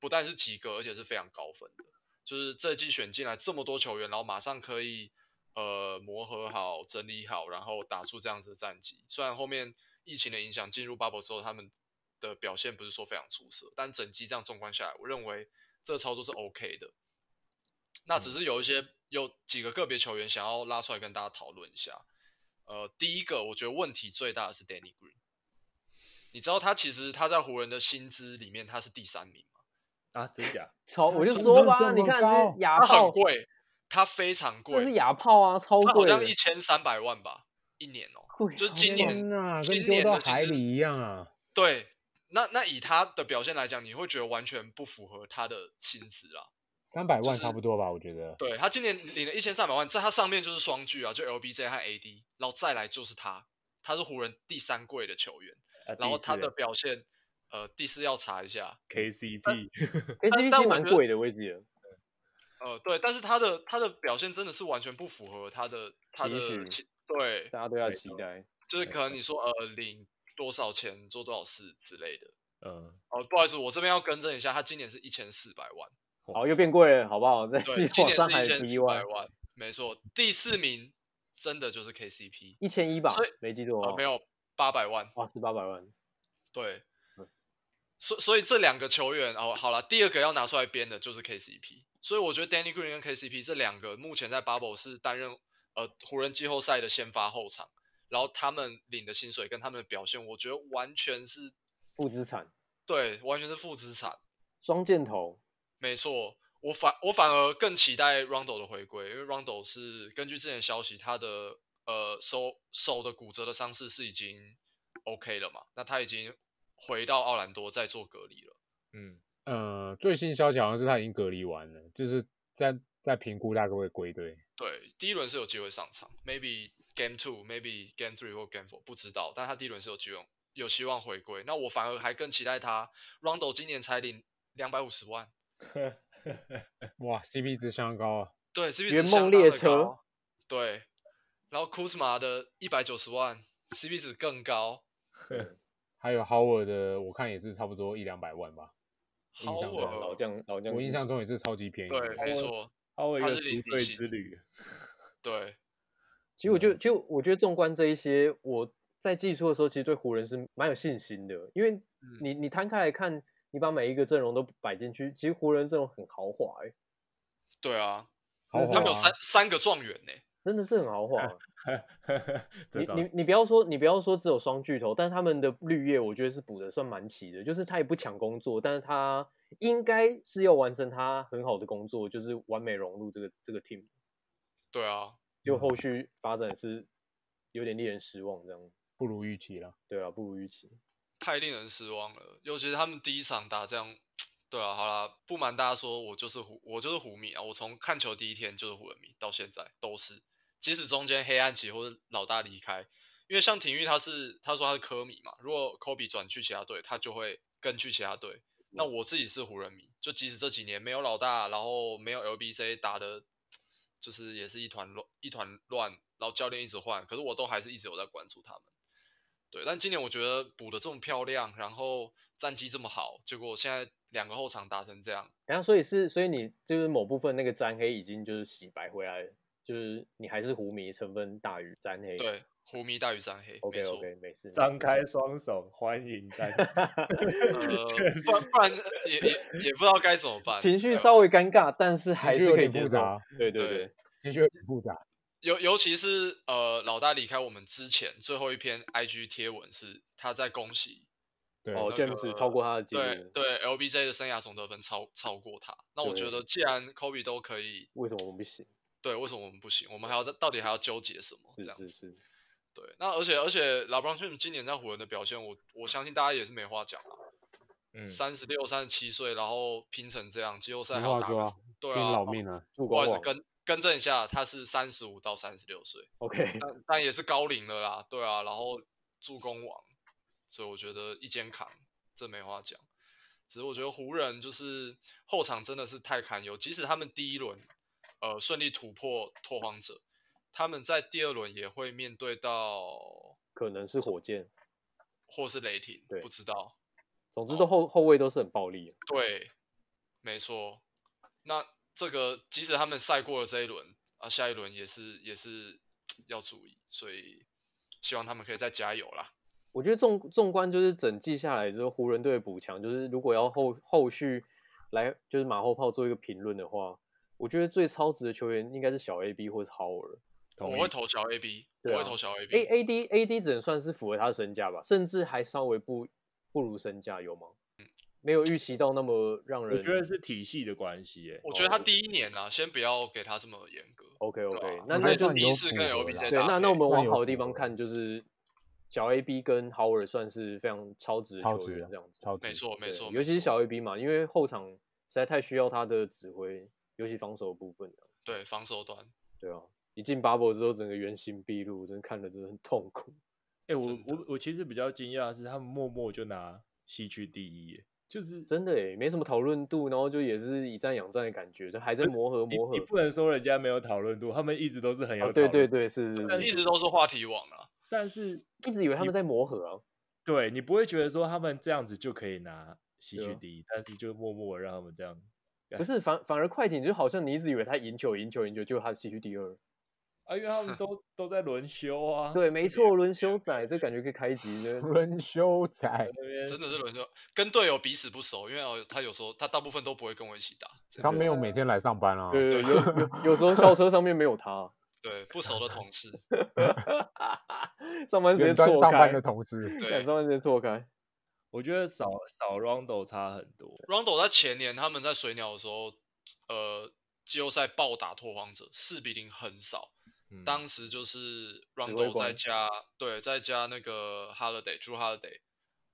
Speaker 4: 不但是及格，而且是非常高分的。就是这季选进来这么多球员，然后马上可以呃磨合好、整理好，然后打出这样子的战绩。虽然后面疫情的影响，进入 bubble 之后，他们的表现不是说非常出色，但整季这样纵观下来，我认为这操作是 OK 的。
Speaker 2: 嗯
Speaker 4: 那只是有一些有几个个别球员想要拉出来跟大家讨论一下。呃，第一个我觉得问题最大的是 Danny Green，你知道他其实他在湖人的薪资里面他是第三名吗？
Speaker 1: 啊，真假？
Speaker 2: 超
Speaker 3: 看
Speaker 2: 我就
Speaker 3: 薪
Speaker 2: 说
Speaker 3: 资这
Speaker 2: 吧，你
Speaker 3: 么
Speaker 2: 看
Speaker 3: 高
Speaker 2: 这哑
Speaker 4: 他很
Speaker 2: 炮，
Speaker 4: 贵，他非常
Speaker 2: 这
Speaker 4: 贵，
Speaker 2: 是哑炮啊，超
Speaker 4: 他好
Speaker 2: 贵的，
Speaker 4: 像一千三百万吧，一年哦、
Speaker 2: 贵
Speaker 4: 就是
Speaker 2: 啊
Speaker 4: 今
Speaker 2: 天
Speaker 4: 年
Speaker 3: 啊，跟
Speaker 4: 今
Speaker 3: 丢
Speaker 4: 年
Speaker 3: 到
Speaker 4: 的薪
Speaker 3: 海
Speaker 4: 资
Speaker 3: 里一样啊。
Speaker 4: 对，那那以他的表现来讲，你会觉得完全不符合他的薪资啦。
Speaker 3: 三百
Speaker 4: 就
Speaker 3: 万
Speaker 4: 是
Speaker 3: 差不多吧，我觉得。
Speaker 4: 对他今年领了一千三百万，在他上面就是双巨啊，就 LBJ 和 AD，然后再来就是他，他是湖人第三贵的球员，
Speaker 1: 啊、
Speaker 4: 然后他
Speaker 1: 第
Speaker 4: 的
Speaker 1: 四
Speaker 4: 表现，呃，第四要查一下，
Speaker 1: KCP，
Speaker 2: SCP
Speaker 4: 但
Speaker 2: 其
Speaker 4: 我
Speaker 2: 实蛮
Speaker 4: 觉得
Speaker 2: 贵的，我也记得。
Speaker 4: 呃，对，但是他的他的表现真的是完全不符合他的他
Speaker 2: 期
Speaker 4: 的
Speaker 2: 许
Speaker 4: 其对，
Speaker 2: 大家都要
Speaker 1: 没
Speaker 2: 期
Speaker 1: 错
Speaker 2: 待。
Speaker 4: 就是可能你说呃领多少钱做多少事之类的。
Speaker 1: 嗯，
Speaker 4: 哦，不好意思，我这边要更正一下，他今年是一千四百万，
Speaker 2: 好，又变贵了，好不好？在
Speaker 4: 对，
Speaker 2: 季
Speaker 4: 今
Speaker 2: 往
Speaker 4: 年
Speaker 2: 上还
Speaker 4: 是
Speaker 2: 不
Speaker 4: 一千
Speaker 2: 意
Speaker 4: 四
Speaker 2: 外
Speaker 4: 百，万，没错，第四名真的就是 KCP，
Speaker 2: 一千一吧
Speaker 4: 所以，
Speaker 2: 没记错
Speaker 4: 啊、
Speaker 2: 的
Speaker 4: 呃，
Speaker 2: 话
Speaker 4: 没，有八百万，
Speaker 2: 哇，是八百万，
Speaker 4: 对
Speaker 2: 对，
Speaker 4: 所所以这两个球员哦，好了，第二个要拿出来编的就是 KCP，所以我觉得 Danny Green 跟 KCP 这两个目前在 Bubble 是担任呃湖人季后赛的先发后场，然后他们领的薪水跟他们的表现，我觉得完全是
Speaker 2: 负资产，
Speaker 4: 对，完全是负资产。
Speaker 2: 双箭头，
Speaker 4: 没错，我反我反而更期待 Rondo 的回归，因为 Rondo 是根据之前的消息，他的呃手手的骨折的伤势是已经 OK 了嘛？那他已经回到奥兰多再做隔离了。
Speaker 1: 嗯，
Speaker 3: 呃，最新消息好像是他已经隔离完了，就是在在评估他会不会归队。
Speaker 4: 对，第一轮是有机会上场，maybe Game Two，maybe Game Three 或 Game Four，不知道。但他第一轮是有机会，有希望回归。那我反而还更期待他。Rondo 今年才领两百五十万，
Speaker 3: 哇，CP 值相当高啊！
Speaker 4: 对，CP 值
Speaker 2: 圆
Speaker 4: 相
Speaker 2: 梦
Speaker 4: 当的
Speaker 2: 列车
Speaker 4: 高，对。然后 Kuzma 的一百九十万，CP 值更高。
Speaker 3: 还有 Howard 的，我看也是差不多一两百万吧。印象中
Speaker 4: Howard
Speaker 2: 老将老将，
Speaker 3: 我印象中也是超级便宜的。
Speaker 4: 对，
Speaker 2: 哦
Speaker 4: 没错，
Speaker 1: 他为一
Speaker 4: 他
Speaker 1: 个
Speaker 4: 是零
Speaker 1: 赎
Speaker 4: 底
Speaker 1: 罪
Speaker 4: 薪
Speaker 1: 之旅，
Speaker 4: 对，
Speaker 2: 其实我
Speaker 3: 嗯
Speaker 2: 就就我觉得纵观这一些，我在季初的时候，其实对湖人是蛮有信心的，因为
Speaker 3: 嗯
Speaker 2: 你你摊开来看，你把每一个阵容都摆进去，其实湖人阵容很豪华、欸，
Speaker 4: 对啊，
Speaker 3: 豪
Speaker 4: 他
Speaker 3: 华
Speaker 4: 们有
Speaker 3: 啊
Speaker 4: 三三个状元呢，
Speaker 2: 真的是很豪华。
Speaker 1: 这
Speaker 2: 你
Speaker 1: 倒
Speaker 2: 你
Speaker 1: 是
Speaker 2: 你不要说，你不要说只有双巨头，但是他们的绿叶我觉得是补的算蛮齐的，就是他也不抢工作，但是他应该是要完成他很好的工作，就是完美融入这个这个 team。
Speaker 4: 对啊，
Speaker 2: 就后续发展是有点令人失望，这样
Speaker 3: 不如预期了。
Speaker 2: 对啊，不如预期。
Speaker 4: 太令人失望了，尤其是他们第一场打这样，对啊，好啦，不瞒大家说，我就是湖，我就是湖迷啊，我从看球第一天就是湖人迷，到现在都是，即使中间黑暗期或者老大离开，因为像体育他是他说他是科米嘛，如果科比转去其他队，他就会跟去其他队。那我自己是湖人迷，就即使这几年没有老大，然后没有 LBJ 打的，就是也是一团乱一团乱，然后教练一直换，可是我都还是一直有在关注他们。对，但今年我觉得补的这么漂亮，然后战绩这么好，结果现在两个后场打成这样，
Speaker 2: 然后所以是，所以你就是某部分那个沾黑已经就是洗白回来了，就是你还是胡迷成分大于沾黑。
Speaker 4: 对，湖迷大于战黑
Speaker 2: ，OK
Speaker 4: 没错。
Speaker 2: OK，没事。
Speaker 1: 张开双手欢迎在
Speaker 4: 呃，不然不然也也也不知道该怎么办，
Speaker 2: 情绪
Speaker 4: 对啊
Speaker 2: 稍微尴尬，但是还
Speaker 3: 情绪
Speaker 2: 是
Speaker 3: 有
Speaker 2: 可以
Speaker 3: 点
Speaker 2: 接
Speaker 3: 复
Speaker 2: 受
Speaker 3: 杂。
Speaker 2: 对对
Speaker 4: 对
Speaker 2: 对，
Speaker 3: 情绪有点复杂。
Speaker 4: 尤尤其是呃，老大离开我们之前，最后一篇 IG 贴文是他在恭喜
Speaker 3: 对，
Speaker 2: 哦
Speaker 4: 那
Speaker 2: ，James
Speaker 4: 个
Speaker 2: 超过他的记
Speaker 4: 对
Speaker 2: 录，
Speaker 4: 对 LBJ 的生涯总得分超超过他。那我觉
Speaker 2: 对
Speaker 4: 得既然 Kobe 都可以，
Speaker 2: 为什么我们不行？
Speaker 4: 对，为什么我们不行？我们还要在到底还要纠结什么？这
Speaker 2: 是
Speaker 4: 样
Speaker 2: 是
Speaker 4: 子。
Speaker 2: 是，
Speaker 4: 对，那而且而且 LeBron James 今年在湖人的表现，我我相信大家也是没话讲啊。
Speaker 1: 嗯
Speaker 4: 三十六、三十七岁，然后拼成这样，季后赛还
Speaker 3: 没
Speaker 4: 要
Speaker 3: 话
Speaker 4: 打
Speaker 3: 说
Speaker 4: 个
Speaker 3: 啊
Speaker 4: 死，对
Speaker 3: 就
Speaker 4: 啊，
Speaker 3: 是老
Speaker 4: 哦
Speaker 3: 命啊，
Speaker 2: 助
Speaker 4: 不好
Speaker 2: 攻
Speaker 4: 意思，
Speaker 2: 王
Speaker 4: 更更正一下，他是三十五到三十六岁，
Speaker 2: ，OK，
Speaker 4: 但但也是高龄了啦，对啊，然后助攻王，所以我觉得一肩扛，这没话讲。只是我觉得湖人就是后场真的是太堪忧，即使他们第一轮呃顺利突破拓荒者，他们在第二轮也会面对到
Speaker 2: 可能是火箭。
Speaker 4: 或是雷霆，
Speaker 2: 对
Speaker 4: 不知道。
Speaker 2: 总
Speaker 4: 哦
Speaker 2: 之，都后后卫都是很暴力的。
Speaker 4: 对，没错。那这个即使他们赛过了这一轮啊，下一轮也是也是要注意，所以希望他们可以再加油啦。
Speaker 2: 我觉得纵纵观就是整季下来，就是湖人队的补强，就是如果要后后续来就是马后炮做一个评论的话，我觉得最超值的球员应该是小 AB 或是豪尔。
Speaker 4: 我会投小 AB，、
Speaker 2: 对
Speaker 4: 我会
Speaker 2: 啊
Speaker 4: 投小 AB。
Speaker 2: A A D A D 只能算是符合他的身价吧，甚至还稍微不不如身价，有吗？没有预期到那么让 人。
Speaker 1: 我觉得是体系的关系耶。
Speaker 4: 我觉得
Speaker 2: 哦
Speaker 4: 他第一年啊，先不要给他这么严格。
Speaker 2: OK
Speaker 4: 对
Speaker 2: OK，、
Speaker 4: 啊
Speaker 2: 哦那
Speaker 4: 他
Speaker 2: 那
Speaker 4: 也
Speaker 3: 算
Speaker 4: 是
Speaker 3: 有
Speaker 4: 第一次
Speaker 3: 符
Speaker 4: 跟
Speaker 3: 合
Speaker 4: LB
Speaker 3: 啦
Speaker 4: 在
Speaker 2: 对，
Speaker 4: 搭
Speaker 2: 那
Speaker 4: 配
Speaker 2: 那我们
Speaker 3: 算
Speaker 2: 往
Speaker 3: 有
Speaker 2: 好的地
Speaker 3: 符
Speaker 2: 方
Speaker 3: 合
Speaker 2: 看，就是小 AB 跟豪尔算是非常超值的球
Speaker 3: 超值
Speaker 2: 员
Speaker 3: 啊，
Speaker 2: 这样子。
Speaker 3: 超
Speaker 4: 没
Speaker 3: 值
Speaker 4: 错没
Speaker 2: 对
Speaker 4: 错，
Speaker 2: 尤
Speaker 4: 没
Speaker 2: 其是
Speaker 4: 错
Speaker 2: 小 AB 嘛，因为后场实在太需要他的指挥，尤其防守部分啊
Speaker 4: 对防守端，
Speaker 2: 对啊，一进 bubble 之后，整个原形毕露，真的看的真的很痛苦。
Speaker 1: 哎、我
Speaker 4: 真的
Speaker 1: 我我其实比较惊讶的是，他们默默就拿西区第一耶，就是
Speaker 2: 真的诶，没什么讨论度，然后就也是以战养战的感觉，就还在磨合
Speaker 1: 你
Speaker 2: 磨合
Speaker 1: 你。不能说人家没有讨论度，他们一直都是很有、
Speaker 2: 啊，对对，对，是是
Speaker 4: 但
Speaker 2: 是，
Speaker 4: 一直都是话题网啊。
Speaker 1: 但是
Speaker 2: 一直以为他们在磨合啊。
Speaker 1: 对你不会觉得说他们这样子就可以拿西
Speaker 2: 对
Speaker 1: 区
Speaker 2: 啊
Speaker 1: 第一，但是就默默地让他们这样。
Speaker 2: 不是，反反而快艇就好像你一直以为他赢球赢球赢球，结果他继续第二。
Speaker 1: 啊，因为他们都都在轮休啊，
Speaker 2: 对，没错，轮休仔，这感觉可以开一集 的。
Speaker 3: 轮休仔，
Speaker 1: 那边
Speaker 4: 真的是轮流跟队友彼此不熟，因为哦他有时候他大部分都不会跟我一起打，真
Speaker 3: 他
Speaker 4: 的
Speaker 3: 没有每天来上班啊，
Speaker 2: 对对，有有有时候校车上面没有他，
Speaker 4: 对不熟的同事，
Speaker 2: 上班时间
Speaker 3: 远端
Speaker 2: 错
Speaker 3: 上
Speaker 2: 开
Speaker 3: 班的同事，
Speaker 2: 干
Speaker 4: 对
Speaker 2: 上半身错开，
Speaker 1: 我觉得少少 Rondo 差很多。
Speaker 4: Rondo 在前年他们在水鸟的时候，呃，季后赛暴打拓荒者，四比零很少。
Speaker 1: 嗯
Speaker 4: 当时就是
Speaker 2: 挥
Speaker 4: Rondo
Speaker 2: 官
Speaker 4: 再加对再加那个 Holiday Drew Holiday，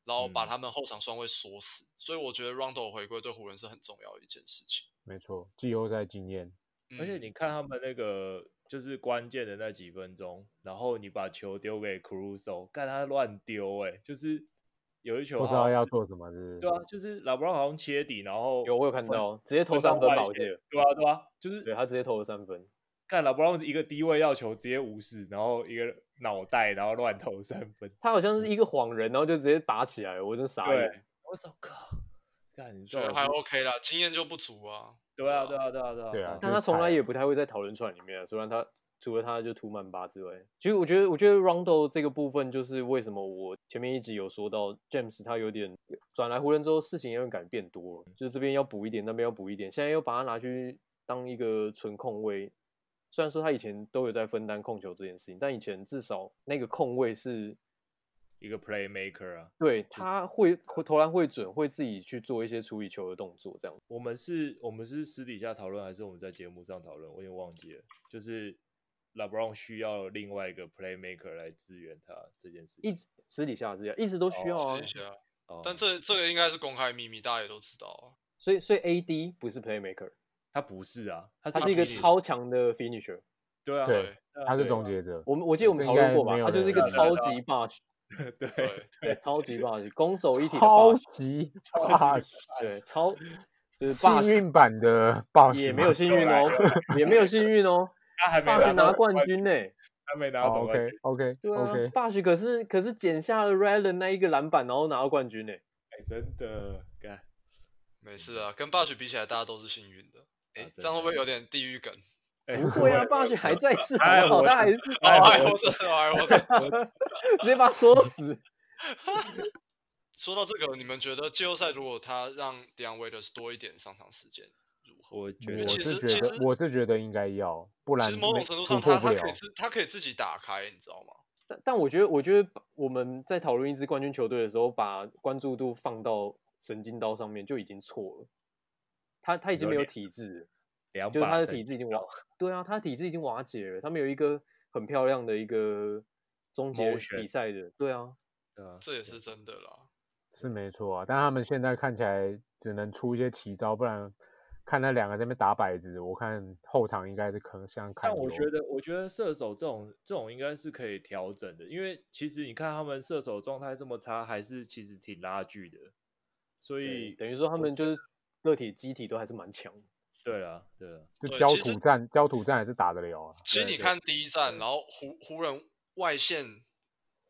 Speaker 4: 然后把
Speaker 1: 嗯
Speaker 4: 他们后场双位锁死。所以我觉得 Rondo 回归对湖人是很重要的一件事情。
Speaker 3: 没错，季后赛经验，
Speaker 1: 而且
Speaker 4: 嗯
Speaker 1: 你看他们那个就是关键的那几分钟，然后你把球丢给 Crusoe，看他乱丢，哎，就是有一球
Speaker 3: 不知
Speaker 1: 好
Speaker 3: 道
Speaker 1: 像
Speaker 3: 要
Speaker 1: 是
Speaker 3: 做什么，是不是
Speaker 1: 啊对啊，就是老布朗好像切底，然后啊
Speaker 2: 有我有看
Speaker 1: 分
Speaker 2: 到，直接投
Speaker 1: 分
Speaker 2: 三
Speaker 1: 到
Speaker 2: 分
Speaker 1: 外
Speaker 2: 吧，我记
Speaker 1: 线
Speaker 2: 得，
Speaker 1: 对啊对啊，就是
Speaker 2: 对他直接投了三分。
Speaker 1: 看老布朗一个低位要球直接无视，然后一个脑袋，然后乱投三分。
Speaker 2: 他好像是一个晃人，然后就直接拔起来了，我真傻
Speaker 1: 嗯对
Speaker 2: 眼。，
Speaker 1: 我操靠，干你
Speaker 4: 觉
Speaker 1: 这
Speaker 4: 得
Speaker 1: 种
Speaker 4: 还
Speaker 1: 是
Speaker 4: OK 啦，经验就不足啊。
Speaker 1: 对啊对啊对啊对啊
Speaker 3: 对啊
Speaker 2: 但
Speaker 3: 就
Speaker 2: 他
Speaker 3: 是
Speaker 2: 从
Speaker 3: 菜
Speaker 2: 来
Speaker 3: 啊
Speaker 2: 也不太会在讨论串里面啊，虽然他除了他就图曼巴之外，其实我觉得，我觉得 Rondo 这个部分就是为什么我前面一集有说到 James 他有点转来湖人之后事情有点改变多了，就是这边要补一点，那边要补一点，现在又把他拿去当一个纯控卫。虽然说他以前都有在分担控球这件事情，但以前至少那个控卫是
Speaker 1: 一个 playmaker 啊。
Speaker 2: 对他会会投篮会准，会自己去做一些处理球的动作，这样。
Speaker 1: 我们是，我们是私底下讨论，还是我们在节目上讨论？我有点忘记了。就是老布朗需要另外一个 playmaker 来支援他这件事
Speaker 2: 一
Speaker 1: 情。
Speaker 2: 直私底下私底下一直都需要啊
Speaker 4: 谢。谢啊。
Speaker 1: 哦
Speaker 4: 但这这个应该是公开秘密，大家也都知道啊。
Speaker 2: 所以所以 AD 不是 playmaker，
Speaker 1: 他不是啊，他
Speaker 2: 他
Speaker 1: 他
Speaker 2: 是一个超强的 finisher。
Speaker 1: 对啊，
Speaker 3: 对，
Speaker 1: 对啊
Speaker 3: 他是
Speaker 1: 对
Speaker 3: 终
Speaker 1: 啊
Speaker 3: 结者，
Speaker 2: 我们我记得我们
Speaker 3: 这
Speaker 2: 讨
Speaker 3: 应
Speaker 2: 论
Speaker 3: 该
Speaker 2: 过
Speaker 3: 没
Speaker 2: 吧，
Speaker 3: 有
Speaker 2: 他就是一
Speaker 3: 人
Speaker 2: 个
Speaker 3: 知
Speaker 2: 超
Speaker 3: 道
Speaker 2: 级霸气，
Speaker 1: 对
Speaker 4: 对，
Speaker 2: 对，超级霸气，攻守一体的霸
Speaker 3: 超
Speaker 2: 气，
Speaker 3: 级霸
Speaker 2: 对，超就是霸
Speaker 3: 幸
Speaker 2: 气，
Speaker 3: 运版的暴雪
Speaker 2: 也没有幸运哦，也没有幸运哦，
Speaker 1: 他还没
Speaker 2: 霸气拿
Speaker 1: 到
Speaker 2: 冠
Speaker 1: 冠，
Speaker 2: 军呢。哦
Speaker 1: 他没拿到总
Speaker 3: 哦，OK
Speaker 1: 冠军。
Speaker 3: OK
Speaker 2: 对啊
Speaker 3: OK，
Speaker 2: 霸气可是可是捡下了 Ryan 那一个篮板，然后拿到冠军呢。
Speaker 1: 哎，真的，干，
Speaker 4: 没事啊，跟霸曲比起来，大家都是幸运的。哎、
Speaker 1: 啊真
Speaker 4: 这样会不会
Speaker 1: 的
Speaker 4: 有点地狱梗？
Speaker 1: 哎
Speaker 2: 不会啊，
Speaker 1: 我
Speaker 2: 霸气还在世，
Speaker 1: 哎
Speaker 2: 好
Speaker 1: 我
Speaker 2: 不好？他还是
Speaker 4: 哦，还活着，哦还活 着。
Speaker 2: 直接把他锁死。
Speaker 4: 说到这个，你们觉得季后赛如果他让 Dion Waiters 多一点上场时间，如何？
Speaker 1: 我觉
Speaker 4: 因为
Speaker 1: 得
Speaker 3: 我
Speaker 4: 其
Speaker 3: 是
Speaker 4: 实
Speaker 3: 觉
Speaker 4: 其
Speaker 3: 得
Speaker 4: 实
Speaker 3: 我是觉得应该要，不然
Speaker 4: 其实某
Speaker 3: 没
Speaker 4: 种程度
Speaker 3: 突
Speaker 4: 上
Speaker 3: 破
Speaker 4: 他，
Speaker 3: 不
Speaker 4: 他
Speaker 3: 了
Speaker 4: 可以自他可以自己打开，你知道吗？
Speaker 2: 但但我觉得，我觉得把我们在讨论一支冠军球队的时候，把关注度放到神经刀上面就已经错了。他他已
Speaker 1: 你
Speaker 2: 经
Speaker 1: 说
Speaker 2: 没有
Speaker 1: 两
Speaker 2: 体制了，
Speaker 1: 两
Speaker 2: 就是
Speaker 1: 把
Speaker 2: 他的
Speaker 1: 神
Speaker 2: 体制已
Speaker 1: 经
Speaker 2: 经瓦，对啊，他的体制已经瓦解了。他们有一个很漂亮的一个终结
Speaker 1: Motion
Speaker 2: 比赛的，对啊，
Speaker 1: 对啊
Speaker 4: 这也是真的啦。
Speaker 3: 是没错啊，但他们现在看起来只能出一些奇招，不然看那两个在那边打摆子，我看后场应该是可能像看
Speaker 1: 但
Speaker 3: 油。
Speaker 1: 我觉得，我觉得射手这种这种应该是可以调整的，因为其实你看他们射手状态这么差，还是其实挺拉锯的。所
Speaker 2: 对
Speaker 1: 以，
Speaker 2: 等于说他们就是肉体、机体都还是蛮强的。
Speaker 1: 对了，对了，
Speaker 3: 这
Speaker 4: 对
Speaker 3: 焦
Speaker 4: 其实
Speaker 3: 土战，焦土战还是打得了啊。
Speaker 4: 其实
Speaker 1: 对
Speaker 4: 你
Speaker 1: 对
Speaker 4: 看第一站，然后湖湖人外线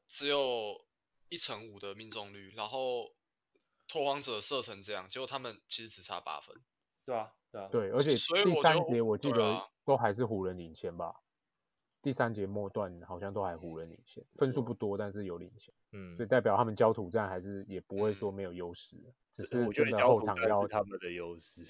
Speaker 4: 只有一成五的命中率，然后拓荒者射成这样，结果他们其实只差八分。
Speaker 1: 对啊，对啊，
Speaker 3: 对，而且
Speaker 4: 所以
Speaker 3: 第
Speaker 4: 我
Speaker 3: 三
Speaker 4: 就
Speaker 3: 节我记
Speaker 4: 对
Speaker 3: 得
Speaker 4: 啊
Speaker 3: 都还是湖人领先吧。第三节末段好像都还湖人领先，分
Speaker 4: 嗯
Speaker 3: 数不多，但是有领先，
Speaker 1: 嗯
Speaker 3: 所以，代表他们焦土战还是也不会说
Speaker 4: 嗯
Speaker 3: 没有优势，只
Speaker 1: 我
Speaker 3: 是
Speaker 1: 觉
Speaker 3: 真
Speaker 1: 得
Speaker 3: 的
Speaker 1: 焦
Speaker 3: 后
Speaker 1: 土
Speaker 3: 场
Speaker 1: 战
Speaker 3: 要
Speaker 1: 是他们的优势，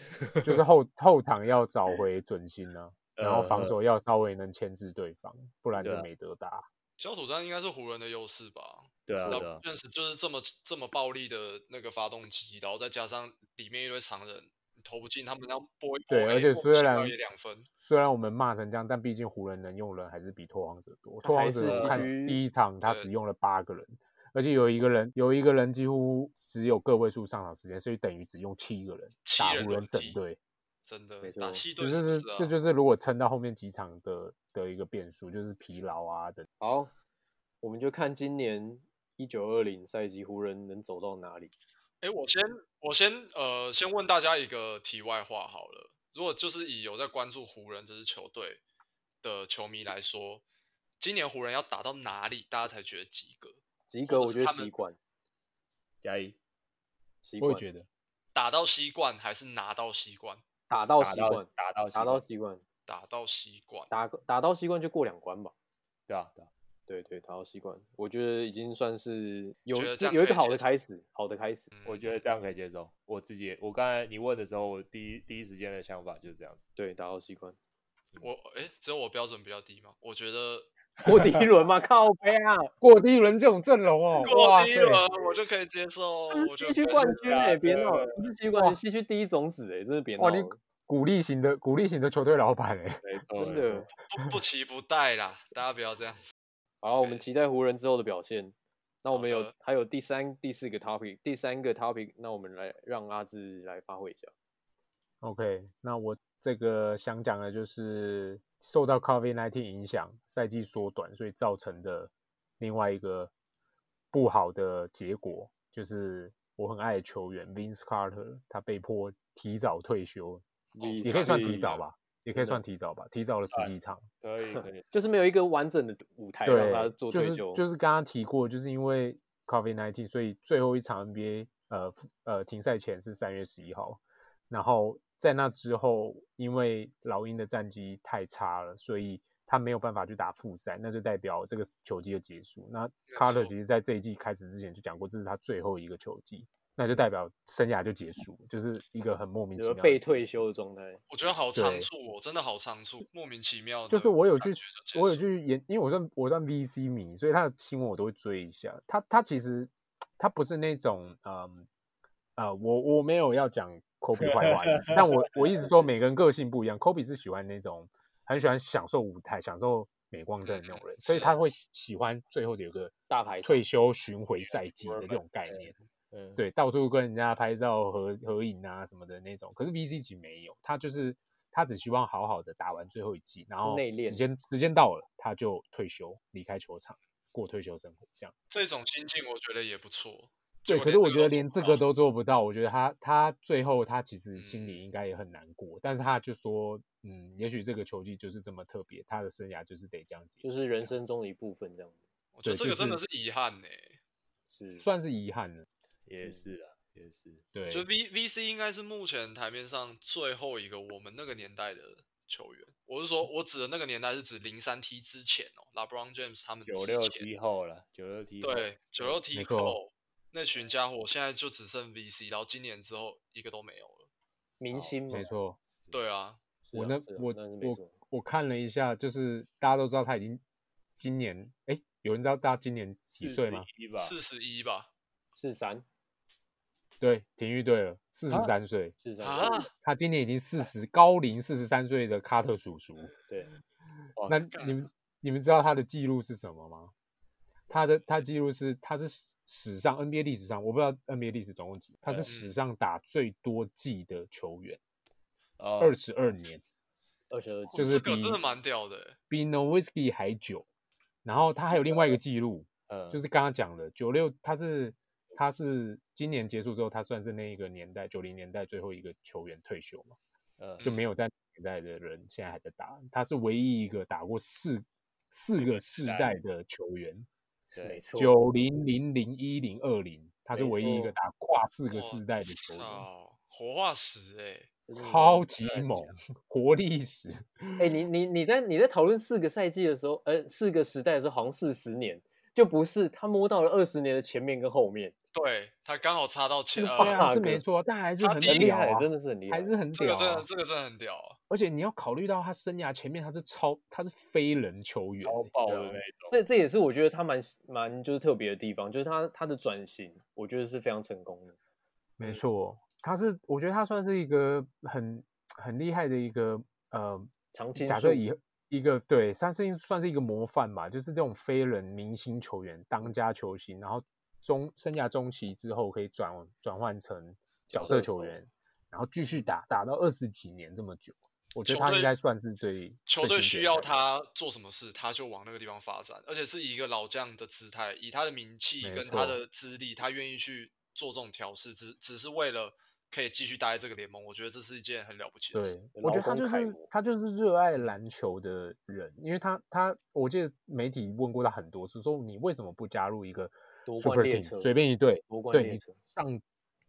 Speaker 3: 就是后后场要找回准心啊， 然后
Speaker 1: 呃
Speaker 3: 防守要稍微能牵制对方，不然
Speaker 1: 对
Speaker 3: 就
Speaker 1: 啊
Speaker 3: 没得打。
Speaker 4: 焦土战应该是湖人的优势吧？
Speaker 1: 对啊，
Speaker 4: 那
Speaker 1: 对啊，
Speaker 4: 认识就是这么这么暴力的那个发动机，然后再加上里面一堆常人，你投不进，他们要拨一拨
Speaker 3: 对，
Speaker 4: 哎
Speaker 3: 而且
Speaker 4: 莫名
Speaker 3: 虽
Speaker 4: 其妙
Speaker 3: 然
Speaker 4: 也两分，
Speaker 3: 虽然我们骂成这样，但毕竟湖人能用人还是比拓荒者多。拓
Speaker 2: 还
Speaker 3: 荒
Speaker 2: 是
Speaker 3: 者
Speaker 1: 必
Speaker 3: 看
Speaker 2: 须
Speaker 3: 第一场他
Speaker 4: 对
Speaker 3: 只用了八个人，而且有一个人有一个人几乎只有个位数上场时间，所以等于只用七个人
Speaker 4: 七
Speaker 3: 打
Speaker 4: 人
Speaker 3: 湖人
Speaker 4: 轮
Speaker 3: 整
Speaker 4: 替
Speaker 3: 队。
Speaker 4: 真的
Speaker 2: 没
Speaker 4: 打
Speaker 2: 错
Speaker 4: 西
Speaker 3: 只
Speaker 4: 队是不
Speaker 3: 是
Speaker 4: 是啊？
Speaker 3: 这就是如果撑到后面几场的的一个变数，就是疲劳啊等。
Speaker 2: 好，我们就看今年一九二零赛季湖人能走到哪里。
Speaker 4: 哎，我先我先呃，先问大家一个题外话好了。如果就是以有在关注湖人这支球队的球迷来说，今年湖人要打到哪里，大家才觉得及格？
Speaker 2: 及
Speaker 4: 者
Speaker 2: 格，我
Speaker 4: 是
Speaker 2: 觉得
Speaker 4: 他们
Speaker 2: 习惯，
Speaker 1: 加一
Speaker 2: 习
Speaker 3: 我
Speaker 2: 惯
Speaker 3: 也，觉得，
Speaker 4: 打到西冠还是拿到西冠？
Speaker 2: 打到
Speaker 1: 打
Speaker 2: 习
Speaker 1: 到
Speaker 2: 惯，
Speaker 1: 打到
Speaker 2: 打
Speaker 1: 打
Speaker 2: 到习惯，
Speaker 4: 打到西冠，
Speaker 2: 打打到习惯就过两关吧。
Speaker 1: 对啊，对啊，
Speaker 2: 对对，打到习惯，我觉得已经算是有
Speaker 4: 觉得
Speaker 2: 这
Speaker 4: 这样
Speaker 2: 有一
Speaker 4: 可以
Speaker 2: 个好
Speaker 4: 接
Speaker 2: 的
Speaker 4: 受嗯
Speaker 2: 开始，好的开始。
Speaker 1: 我觉得这样可以接受。我自己也，我刚才你问的时候，我第一第一时间的想法就是这样子。
Speaker 2: 对，打到习惯，
Speaker 4: 我哎，只有我标准比较低吗？我觉得
Speaker 2: 过第一轮嘛，靠背啊，
Speaker 3: 过第一轮这种阵容哦，
Speaker 4: 过
Speaker 3: 哇
Speaker 4: 第一
Speaker 3: 塞
Speaker 4: 轮我就可以接受，
Speaker 2: 这
Speaker 4: 我
Speaker 2: 是
Speaker 4: 就
Speaker 2: 西区
Speaker 4: 可以
Speaker 2: 冠
Speaker 4: 接
Speaker 2: 军
Speaker 1: 啊
Speaker 2: 哎，别
Speaker 1: 对
Speaker 2: 闹
Speaker 1: 对
Speaker 2: 了，不是西区冠军，西区第一种子哎，真的别闹
Speaker 3: 哇，你
Speaker 2: 了，
Speaker 3: 鼓励型的鼓励型的球队老板哎、
Speaker 1: 没错，
Speaker 2: 真
Speaker 1: 没错
Speaker 2: 的。
Speaker 4: 不不期不待啦，大家不要这样。
Speaker 2: 好，我们
Speaker 4: 对
Speaker 2: 期待湖人之后的表现。那我
Speaker 4: 好
Speaker 2: 们有
Speaker 4: 的
Speaker 2: 还有第三、第四个 topic，第三个 topic，那我们来让阿志来发挥一下。
Speaker 3: OK，那我这个想讲的就是受到 COVID-19 影响，赛季缩短，所以造成的另外一个不好的结果，就是我很爱的球员 Vince Carter 他被迫提早退休，
Speaker 2: 你
Speaker 3: 也可以算提
Speaker 4: 是
Speaker 3: 早吧，也可
Speaker 2: 真的，
Speaker 3: 以算提早吧，提早了十几场。
Speaker 1: 可以 可以
Speaker 2: 就是没有一个完整的舞台让
Speaker 3: 对，
Speaker 2: 他做退休，
Speaker 3: 就是就是刚刚提过，就是因为 COVID nineteen，所以最后一场 NBA 呃复呃停赛前是三月十一号，然后在那之后，因为老鹰的战绩太差了，所以他没有办法去打复赛，那就代表这个球季的结束。那
Speaker 4: 没错
Speaker 3: Carter 其实在这一季开始之前就讲过，这是他最后一个球季。那就代表生涯就结束了，就是一个很莫名
Speaker 2: 就
Speaker 3: 其
Speaker 2: 是
Speaker 3: 妙的
Speaker 2: 被
Speaker 3: 结
Speaker 2: 退
Speaker 3: 束
Speaker 2: 休的状态。
Speaker 4: 我觉得好仓
Speaker 3: 对
Speaker 4: 促哦，真的好仓促，莫名其妙的感觉
Speaker 3: 就是
Speaker 4: 就结束。
Speaker 3: 我有去，我有去研，因为我算我算 VC 迷，所以他的新闻我都会追一下。他他其实他不是那种嗯呃，我我没有要讲 Kobe 坏话的意思，但我我一直说每个人个性不一样。Kobe 是喜欢那种很喜欢享受舞台、享受镁光灯的那种人，所以
Speaker 4: 是
Speaker 3: 他会喜喜欢最后的有个
Speaker 2: 大排场
Speaker 3: 退休巡回赛季的这种概念。
Speaker 1: 嗯，
Speaker 3: 对，到处跟人家拍照合合影啊什么的那种。可是 VC 级没有，他就是他只希望好好的打完最后一季，然
Speaker 2: 是
Speaker 3: 后
Speaker 2: 内
Speaker 3: 时
Speaker 2: 敛
Speaker 3: 间时间到了他就退休，离开球场过退休生活这样。
Speaker 4: 这种心境，我觉得也不错。结
Speaker 3: 对，可
Speaker 4: 果
Speaker 3: 是我
Speaker 4: 连
Speaker 3: 觉得
Speaker 4: 都
Speaker 3: 连这
Speaker 4: 做不
Speaker 3: 个
Speaker 4: 到
Speaker 3: 都做不到，我觉得他他最后他其实心
Speaker 4: 嗯
Speaker 3: 里应该也很难过，但是他就说，嗯，也许这个球季就是这么特别，他的生涯就是得这样结束，
Speaker 2: 就是人生中的一部分这样
Speaker 4: 我觉得这
Speaker 3: 对就
Speaker 4: 个真的
Speaker 3: 是
Speaker 4: 是遗憾呢、
Speaker 2: 子。是，
Speaker 3: 算是遗憾了。
Speaker 1: 也是啊，也是。
Speaker 3: 对，
Speaker 4: 就 V V C 应该是目前台面上最后一个我们那个年代的球员。我是说，我指的那个年代是指零三 T 之前哦，LeBron James 他们
Speaker 1: 九
Speaker 4: 之
Speaker 1: 六
Speaker 4: 前
Speaker 1: T 后了，九六 T 后
Speaker 4: 对九六 T
Speaker 3: 没错
Speaker 4: 扣那群家伙，现在就只剩 V C，然后今年之后一个都没有了。
Speaker 2: 明星嘛
Speaker 3: 哦没，错。
Speaker 4: 对啊，
Speaker 2: 是
Speaker 3: 我
Speaker 2: 啊
Speaker 3: 那
Speaker 2: 是啊
Speaker 3: 我
Speaker 2: 那是没
Speaker 3: 我
Speaker 2: 错。
Speaker 3: 我看了一下，就是大家都知道他已经今年，哎，有人知道他今年几岁吗？？
Speaker 1: 一吧，
Speaker 4: 四十一吧
Speaker 2: 四三
Speaker 3: 对，体育队了，四十三岁，
Speaker 2: 四三，
Speaker 4: 啊，
Speaker 3: 他今年已经四十高龄四十三岁的卡特叔叔。
Speaker 2: 对，
Speaker 1: 哇
Speaker 3: 那
Speaker 4: 干
Speaker 3: 你们你们知道他的记录是什么吗？他的他记录是他是史史上 NBA 历史上我不知道 NBA 历史总共几，他是
Speaker 4: 嗯
Speaker 3: 史上打最多季的球员，
Speaker 4: 呃
Speaker 5: 哦
Speaker 3: 二十二年，
Speaker 2: 二十二
Speaker 4: 哦
Speaker 3: 就
Speaker 4: 这
Speaker 3: 是
Speaker 4: 个
Speaker 3: 比
Speaker 4: 真的蛮屌的欸，
Speaker 3: 比 Nowitzki 还久。然后他还有另外一个记录，
Speaker 4: 呃
Speaker 5: 嗯，
Speaker 3: 就是刚刚讲的九六，96, 他是他是今年结束之后，他算是那一个年代九零年代最后一个球员退休嘛，
Speaker 4: 呃
Speaker 5: 嗯
Speaker 3: 就没有在年代的人现在还在打，他是唯一一个打过四四个世代的球员，
Speaker 5: 对
Speaker 2: 没，错，
Speaker 3: 九零零零一零二零，他是
Speaker 2: 没
Speaker 3: 唯一一
Speaker 2: 错
Speaker 3: 个打跨四
Speaker 4: 欸哇
Speaker 3: 个世代的球员，
Speaker 4: 操活化石哎，
Speaker 2: 这是
Speaker 3: 超
Speaker 2: 蛮
Speaker 3: 级
Speaker 2: 蛮
Speaker 3: 猛，活力史。
Speaker 2: 哎、你你你在你在讨论四个赛季的时候，呃，四个时代的时候，好像四十年，就不是他摸到了二十年的前面跟后面，
Speaker 4: 对他刚好插到前，
Speaker 3: 对啊，
Speaker 4: 呃，
Speaker 2: 哇
Speaker 3: 是
Speaker 2: 这
Speaker 3: 没
Speaker 2: 个
Speaker 3: 错，但还是
Speaker 4: 他
Speaker 3: 很
Speaker 4: 第一
Speaker 2: 很厉
Speaker 3: 屌
Speaker 2: 害，
Speaker 3: 啊，
Speaker 2: 真的是很厉害，
Speaker 3: 还是很
Speaker 4: 这个
Speaker 3: 屌
Speaker 4: 真的
Speaker 3: 啊。
Speaker 4: 这个真的很屌啊，
Speaker 3: 而且你要考虑到他生涯前面他是超他是飞人球员欸，
Speaker 5: 超爆的那种，
Speaker 2: 这这也是我觉得他蛮蛮就是特别的地方，就是他他的转型，我觉得是非常成功的。
Speaker 3: 没错，他是我觉得他算是一个很很厉害的一个呃，
Speaker 2: 常青
Speaker 3: 假设
Speaker 2: 树
Speaker 3: 以一个对，算是算是一个模范吧，就是这种飞人明星球员、当家球星，然后中生涯中期之后可以转转换成角色球员，然后继续打打到二十几年这么久，我觉得
Speaker 4: 球
Speaker 3: 他应
Speaker 4: 队
Speaker 3: 该算是最
Speaker 4: 球队
Speaker 3: 最经
Speaker 4: 需
Speaker 3: 典
Speaker 4: 要
Speaker 3: 的
Speaker 4: 他做什么事，他就往那个地方发展，而且是以一个老将的姿态，以他的名气
Speaker 3: 没
Speaker 4: 跟他
Speaker 3: 错
Speaker 4: 的资历，他愿意去做这种调试，只只是为了可以继续待在这个联盟。我觉得这是一件很了不起的事。
Speaker 3: 对，我觉得他
Speaker 2: 劳
Speaker 3: 就
Speaker 2: 工楷
Speaker 3: 是
Speaker 2: 模
Speaker 3: 他就是热爱篮球的人，因为他他，我记得媒体问过他很多次，说你为什么不加入一个
Speaker 2: 夺冠
Speaker 3: super
Speaker 2: 列
Speaker 3: team，
Speaker 2: 车
Speaker 3: 随便一队
Speaker 2: 夺，冠
Speaker 3: 对
Speaker 2: 列
Speaker 3: 你
Speaker 2: 车
Speaker 3: 上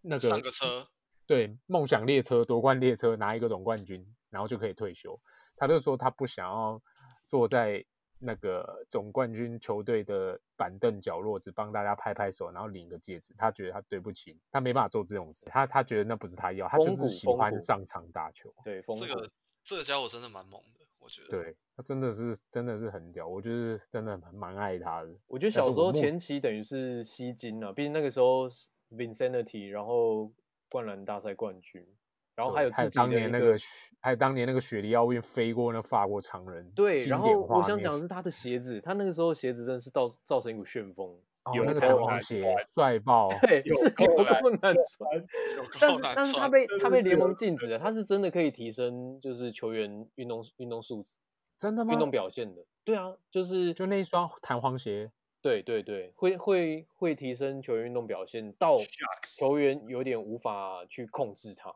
Speaker 3: 那个
Speaker 4: 上个车，
Speaker 3: 对梦想列车夺冠列车拿一个总冠军，然后就可以退休。他就说他不想要坐在那个总冠军球队的板凳角落，只帮大家拍拍手，然后领个戒指。他觉得他对不起，他没办法做这种事。他他觉得那不是他要，他就
Speaker 2: 风
Speaker 3: 是
Speaker 2: 骨
Speaker 3: 喜
Speaker 2: 风
Speaker 3: 欢
Speaker 2: 骨
Speaker 3: 上场打球。
Speaker 2: 对，风
Speaker 4: 这
Speaker 2: 格
Speaker 4: 个这个家伙真的蛮猛的，我觉得。
Speaker 3: 对他真的是真的是很屌，我就是真的蛮蛮爱他的。
Speaker 2: 我觉得
Speaker 3: 但
Speaker 2: 小
Speaker 3: 是
Speaker 2: 时
Speaker 3: 我
Speaker 2: 候
Speaker 3: 目
Speaker 2: 前期等于是吸金啊，毕竟那个时候是 Vincenity，然后灌篮大赛冠军，然后还
Speaker 3: 对
Speaker 2: 有自己
Speaker 3: 当
Speaker 2: 的
Speaker 3: 年
Speaker 2: 一
Speaker 3: 那
Speaker 2: 个
Speaker 3: 个雪，还有当年那个雪梨奥运飞过那法国常人，
Speaker 2: 对，
Speaker 3: 经
Speaker 2: 然
Speaker 3: 典
Speaker 2: 后
Speaker 3: 画
Speaker 2: 我想
Speaker 3: 面
Speaker 2: 讲的是他的鞋子，他那个时候鞋子真的是造造成一股旋风，
Speaker 3: 哦
Speaker 1: 有
Speaker 3: 那个
Speaker 1: 头
Speaker 3: 弹
Speaker 1: 发
Speaker 3: 簧
Speaker 1: 的
Speaker 3: 鞋
Speaker 1: 穿
Speaker 3: 帅爆，
Speaker 2: 对，
Speaker 1: 有
Speaker 2: 是
Speaker 1: 够
Speaker 2: 有
Speaker 1: 难
Speaker 2: 够难穿。
Speaker 4: 有够
Speaker 2: 但是
Speaker 4: 难
Speaker 2: 但是他
Speaker 4: 穿
Speaker 2: 被
Speaker 1: 真
Speaker 2: 他
Speaker 1: 的
Speaker 2: 被
Speaker 1: 是
Speaker 2: 联
Speaker 1: 有
Speaker 2: 盟禁止了，他是真的可以提升就是球员运动运动素质、
Speaker 3: 真的吗
Speaker 2: 运？动表现的。对啊，就是
Speaker 3: 就那一双弹簧鞋，
Speaker 2: 对对对，会会会提升球员运动表现到
Speaker 1: Shucks
Speaker 2: 球员有点无法去控制它。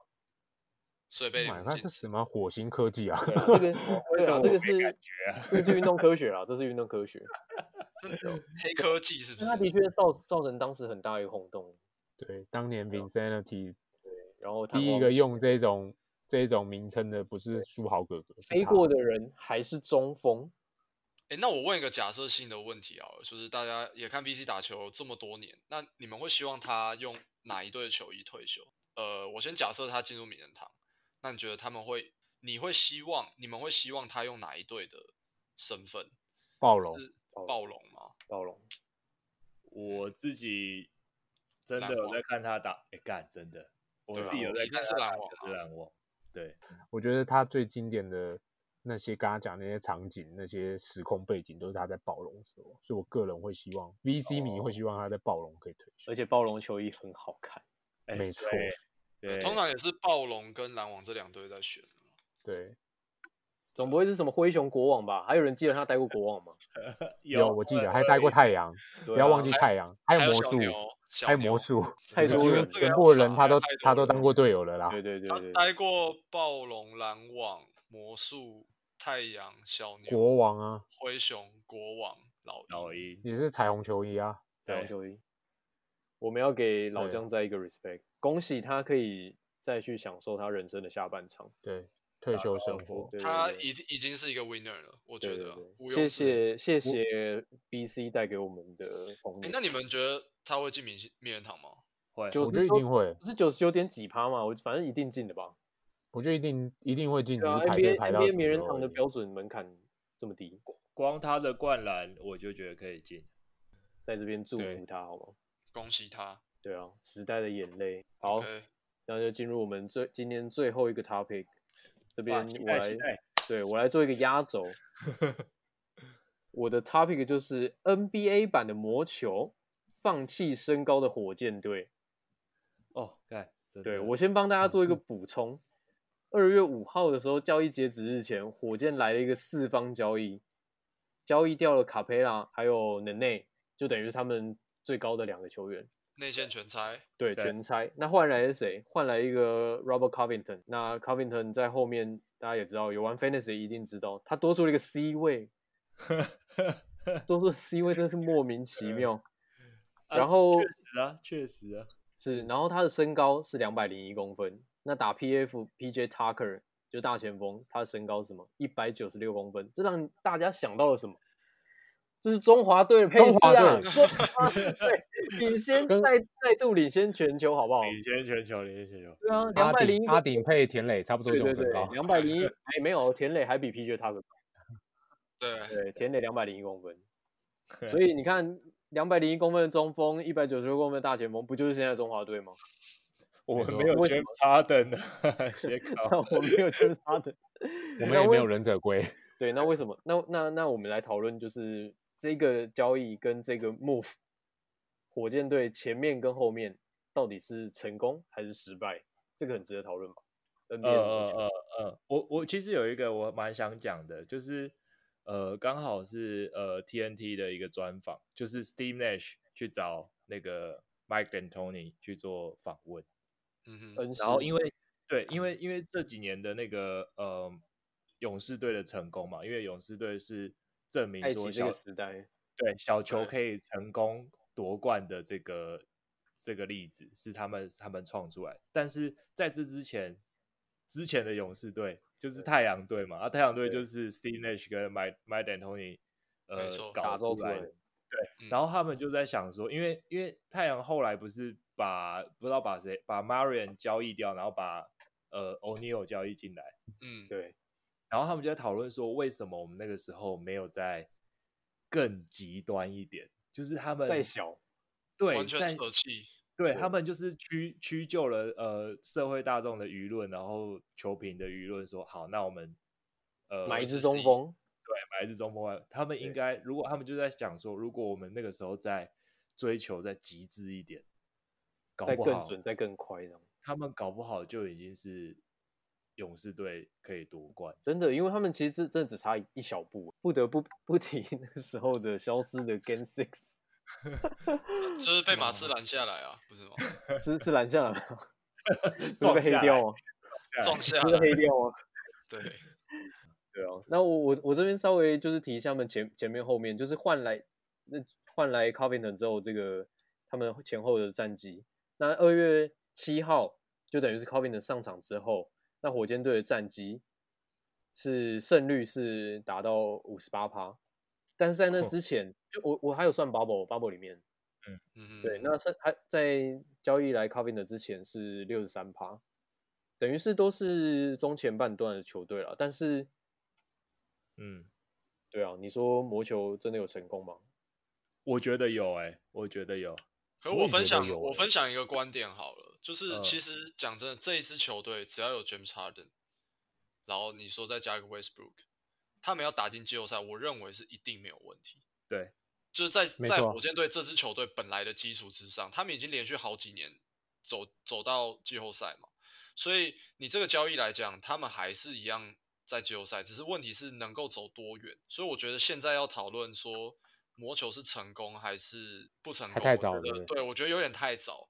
Speaker 4: 所以被
Speaker 3: 妈呀，
Speaker 4: 联盟
Speaker 3: 那
Speaker 4: 禁
Speaker 3: 是
Speaker 4: 止
Speaker 3: 什么火星科技 啊？
Speaker 2: 对啊，这个对啊，
Speaker 1: 么
Speaker 2: 这
Speaker 1: 我没
Speaker 2: 个
Speaker 1: 感
Speaker 2: 是
Speaker 1: 觉啊
Speaker 2: 这是运动科学啦，这是运动科 学。
Speaker 4: 黑科技是不
Speaker 2: 但他的
Speaker 4: 是？
Speaker 2: 确造造成当时很大一个轰动。
Speaker 3: 对，当年 Vincenity
Speaker 2: 然后啊弹
Speaker 3: 第一
Speaker 2: 簧
Speaker 3: 个
Speaker 2: 鞋
Speaker 3: 用这种这种名称的不是书豪哥哥，是
Speaker 2: 飞
Speaker 3: 他
Speaker 2: 过的人还是中锋，
Speaker 4: 哎，那我问一个假设性的问题啊，就是大家也看 VC 打球这么多年，那你们会希望他用哪一队的球衣退休？呃，我先假设他进入名人堂，那你觉得他们会，你会希望，你们会希望他用哪一队的身份？
Speaker 3: 暴龙，
Speaker 4: 是
Speaker 2: 暴
Speaker 4: 暴龙吗？
Speaker 2: 暴龙。
Speaker 1: 我自己真
Speaker 4: 篮
Speaker 1: 的有
Speaker 4: 网
Speaker 1: 在看他打，哎、干真的，我
Speaker 4: 对
Speaker 1: 自
Speaker 4: 吧
Speaker 1: 己有在
Speaker 4: 一定
Speaker 1: 看
Speaker 4: 是啊
Speaker 1: 他
Speaker 4: 篮
Speaker 1: 打
Speaker 4: 网
Speaker 1: 球是篮网，对，
Speaker 3: 我觉得他最经典的那些刚刚讲那些场景、那些时空背景，都是他在暴龙的时候，所以我个人会希望 VC 迷会希望他在暴龙可以退
Speaker 2: 哦
Speaker 3: 休。
Speaker 2: 而且暴龙球衣很好看，
Speaker 1: 哎
Speaker 3: 没错
Speaker 1: 对，对
Speaker 4: 通常也是暴龙跟篮网这两队在选。
Speaker 3: 对，
Speaker 2: 总不会是什么灰熊国王吧？还有人记得他待过国王吗？啊
Speaker 3: 有我
Speaker 2: 呃
Speaker 3: 记得还待过太阳，不要忘记
Speaker 4: 还
Speaker 3: 太阳，还有
Speaker 4: 还有
Speaker 3: 魔
Speaker 4: 小
Speaker 3: 术，
Speaker 4: 牛小
Speaker 3: 还有
Speaker 4: 牛
Speaker 3: 魔术，
Speaker 2: 太多
Speaker 3: 几乎
Speaker 2: 人
Speaker 3: 全部人他都他
Speaker 4: 他
Speaker 3: 都当过队友了啦。
Speaker 2: 对对对
Speaker 4: 他
Speaker 2: 对对，
Speaker 4: 待过暴龙、篮网、魔术、太阳、小牛、
Speaker 3: 国王啊，
Speaker 4: 灰熊、国王、老鹰
Speaker 1: 老鹰，
Speaker 3: 也是彩虹球衣啊，
Speaker 2: 太阳
Speaker 1: 对，
Speaker 2: 球衣。我们要给老
Speaker 3: 对
Speaker 2: 将再一个 respect，恭喜他可以再去享受他人生的下半场。
Speaker 3: 对，退休生
Speaker 1: 高
Speaker 3: 活。
Speaker 2: 对
Speaker 4: 他
Speaker 2: 对
Speaker 4: 已经已经是一个 winner 了，我觉
Speaker 2: 对对
Speaker 4: 得
Speaker 2: 对
Speaker 4: 毋
Speaker 2: 对，谢
Speaker 4: 庸置疑。
Speaker 2: 谢谢谢 BC 带给我们的红
Speaker 4: 哎，那你们觉得他会进明星名人堂吗？
Speaker 1: 会
Speaker 2: 就
Speaker 3: 我觉得
Speaker 2: 是
Speaker 3: 一定会，
Speaker 2: 不是九十九点几趴嘛，我反正一定进的吧？
Speaker 3: 我觉得一定一定会进，只
Speaker 2: 对啊
Speaker 3: 是排队
Speaker 2: ，NBA
Speaker 3: 排到
Speaker 2: NBA 名人
Speaker 3: 左右
Speaker 2: 堂的
Speaker 3: 而已
Speaker 2: 标准门槛这么低，
Speaker 1: 光他的灌篮我就觉得可以进，
Speaker 2: 在这边祝
Speaker 3: 对
Speaker 2: 福他好吗？
Speaker 4: 恭喜他！
Speaker 2: 对啊，时代的眼泪。好
Speaker 4: OK
Speaker 2: 那就进入我们最今天最后一个 topic，这边
Speaker 1: 哇期
Speaker 2: 我
Speaker 1: 待
Speaker 2: 来
Speaker 1: 期待，
Speaker 2: 对我来做一个压轴。我的 topic 就是 NBA 版的魔球，放弃身高的火箭队。
Speaker 1: 哦，干，真的
Speaker 2: 对我先帮大家做一个补充。二月五号的时候，交易截止日前，火箭来了一个四方交易，交易掉了卡佩拉还有能内，就等于是他们最高的两个球员。
Speaker 4: 内线全拆，
Speaker 2: 对，
Speaker 1: 对
Speaker 2: 全拆。那换来是谁？换来一个 Robert Covington。那 Covington 在后面大家也知道，有玩 Fantasy 一定知道，他多出了一个 C 位， 多出的 C 位真的是莫名其 妙。
Speaker 1: 啊
Speaker 2: 然后
Speaker 1: 确实啊，确实啊，
Speaker 2: 是，然后他的身高是两百零一公分。那打 PF PJ Tucker 就大前锋，他的身高是什么？一百九十六公分。这让大家想到了什么？这是中华队的配
Speaker 3: 中
Speaker 2: 置
Speaker 3: 华
Speaker 2: 啊！
Speaker 3: 队
Speaker 2: 中华队领先
Speaker 3: 跟
Speaker 2: 再再度领先全球，好不好？
Speaker 3: 哦
Speaker 1: 领先全球，领先全球，
Speaker 2: 对啊，两
Speaker 3: 阿
Speaker 2: 百零
Speaker 3: 顶
Speaker 2: 一
Speaker 3: 阿顶配田磊差不多
Speaker 2: 对
Speaker 3: 这
Speaker 2: 对
Speaker 3: 种身
Speaker 2: 对
Speaker 3: 高，，
Speaker 2: 两百零一，哎，没有，田磊还比 PJ 他高，
Speaker 4: 对，
Speaker 2: 对，田磊两百零一公分，所以你看，两百零一公分的中锋，一百九十六公分的大前锋，不就是现在的中华队吗？
Speaker 1: 我
Speaker 3: 没
Speaker 1: 们
Speaker 3: 错
Speaker 1: 没有
Speaker 2: 为什
Speaker 1: James Harden 啊，斜
Speaker 2: 那
Speaker 1: 靠，
Speaker 2: 我没有就是他的，
Speaker 3: 我
Speaker 2: 那
Speaker 3: 们也没
Speaker 2: 为
Speaker 3: 有忍者龟。
Speaker 2: 对，那为什么？那那那我们来讨论，就是这个交易跟这个 move，火箭队前面跟后面到底是成功还是失败？这个很值得讨论吧。
Speaker 1: 呃
Speaker 2: NBA
Speaker 1: 呃
Speaker 2: 的球
Speaker 1: 呃呃，我我其实有一个我蛮想讲的，就是呃，刚好是呃 TNT 的一个专访，就是 Steve Nash 去找那个 Mike D'Antoni 去做访问。
Speaker 4: 嗯哼，
Speaker 2: 恩师，
Speaker 1: 呃然后因为对，因为因为这几年的那个呃勇士队的成功嘛，因为勇士队是证明
Speaker 2: 爱
Speaker 1: 说
Speaker 2: 奇这
Speaker 1: 小
Speaker 2: 个时代，
Speaker 1: 对小球
Speaker 4: 对
Speaker 1: 可以成功夺冠的这个这个例子是他们他们创出来，但是在这之前之前的勇士队就是太阳队嘛，啊太阳队
Speaker 2: 对
Speaker 1: 就是 Steve Nash 跟 Mike Mike D'Antoni 呃
Speaker 4: 错
Speaker 1: 搞
Speaker 2: 打造
Speaker 1: 出
Speaker 2: 出
Speaker 1: 来
Speaker 2: 来
Speaker 1: 的
Speaker 2: 的。
Speaker 4: 嗯
Speaker 1: 然后他们就在想说，因为因为太阳后来不是把不知道把谁把 Marion 交易掉，然后把呃 O'Neal 交易进来，
Speaker 4: 嗯，
Speaker 2: 对，
Speaker 1: 然后他们就在讨论说，为什么我们那个时候没有在更极端一点，就是他们
Speaker 2: 再小，
Speaker 1: 对
Speaker 4: 完全
Speaker 1: 在
Speaker 4: 舍弃，
Speaker 1: 对他们就是屈屈就了呃社会大众的舆论，然后球评的舆论说，好，那我们呃
Speaker 2: 买一
Speaker 4: 自
Speaker 2: 支
Speaker 4: 己
Speaker 2: 中锋，
Speaker 1: 对，买一支中锋外，他们应
Speaker 2: 对
Speaker 1: 该如果他们就在想说，如果我们那个时候再追求再极致一点，搞
Speaker 2: 再
Speaker 1: 不
Speaker 2: 更
Speaker 1: 好
Speaker 2: 准，再更快这样。
Speaker 1: 他们搞不好就已经是勇士队可以夺冠。
Speaker 2: 真的，因为他们其实真真的只差一小步，不得不不提那个时候的消失的 Game Six，
Speaker 4: 呃就是 被马刺拦下来啊，不是吗？
Speaker 2: 是是拦下来吗？ 是
Speaker 1: 撞
Speaker 2: 被黑
Speaker 1: 下
Speaker 2: 掉吗？
Speaker 4: 撞下
Speaker 2: 是被
Speaker 4: 来，
Speaker 2: 黑掉吗？
Speaker 4: 对，
Speaker 2: 对啊，那我我我这边稍微就是提一下他们前前面后面，就是换来那换来 Covington 之后，这个他们前后的战绩。那二月七号就等于是 Covington 上场之后，那火箭队的战绩是胜率是达到五十八趴，但是在那之前，就我我还有算 bubble bubble 里面，
Speaker 4: 嗯哼，
Speaker 2: 对，那是还在交易来 Covington 之前是六十三趴，等于是都是中前半段的球队了，但是。
Speaker 1: 嗯，
Speaker 2: 对啊，你说魔球真的有成功吗？
Speaker 1: 我觉得有哎、我觉得 有。
Speaker 4: 可
Speaker 3: 我
Speaker 4: 我
Speaker 3: 也觉
Speaker 4: 分
Speaker 3: 得
Speaker 4: 享
Speaker 3: 有
Speaker 4: 我
Speaker 3: 欸
Speaker 4: 分享一个观点好了，就是
Speaker 1: 嗯
Speaker 4: 其实讲真的，这一支球队只要有 James Harden，然后你说再加一个 Westbrook，他们要打进季后赛，我认为是一定没有问题。
Speaker 1: 对，
Speaker 4: 就是在
Speaker 3: 没
Speaker 4: 在
Speaker 3: 错
Speaker 4: 火箭队这支球队本来的基础之上，他们已经连续好几年走走到季后赛嘛，所以你这个交易来讲，他们还是一样在季后赛，只是问题是能够走多远。所以我觉得现在要讨论说魔球是成功还是不成
Speaker 3: 还
Speaker 4: 功，
Speaker 3: 太
Speaker 4: 我觉
Speaker 3: 早
Speaker 4: 得
Speaker 3: 了对不
Speaker 4: 对我觉得有点太早。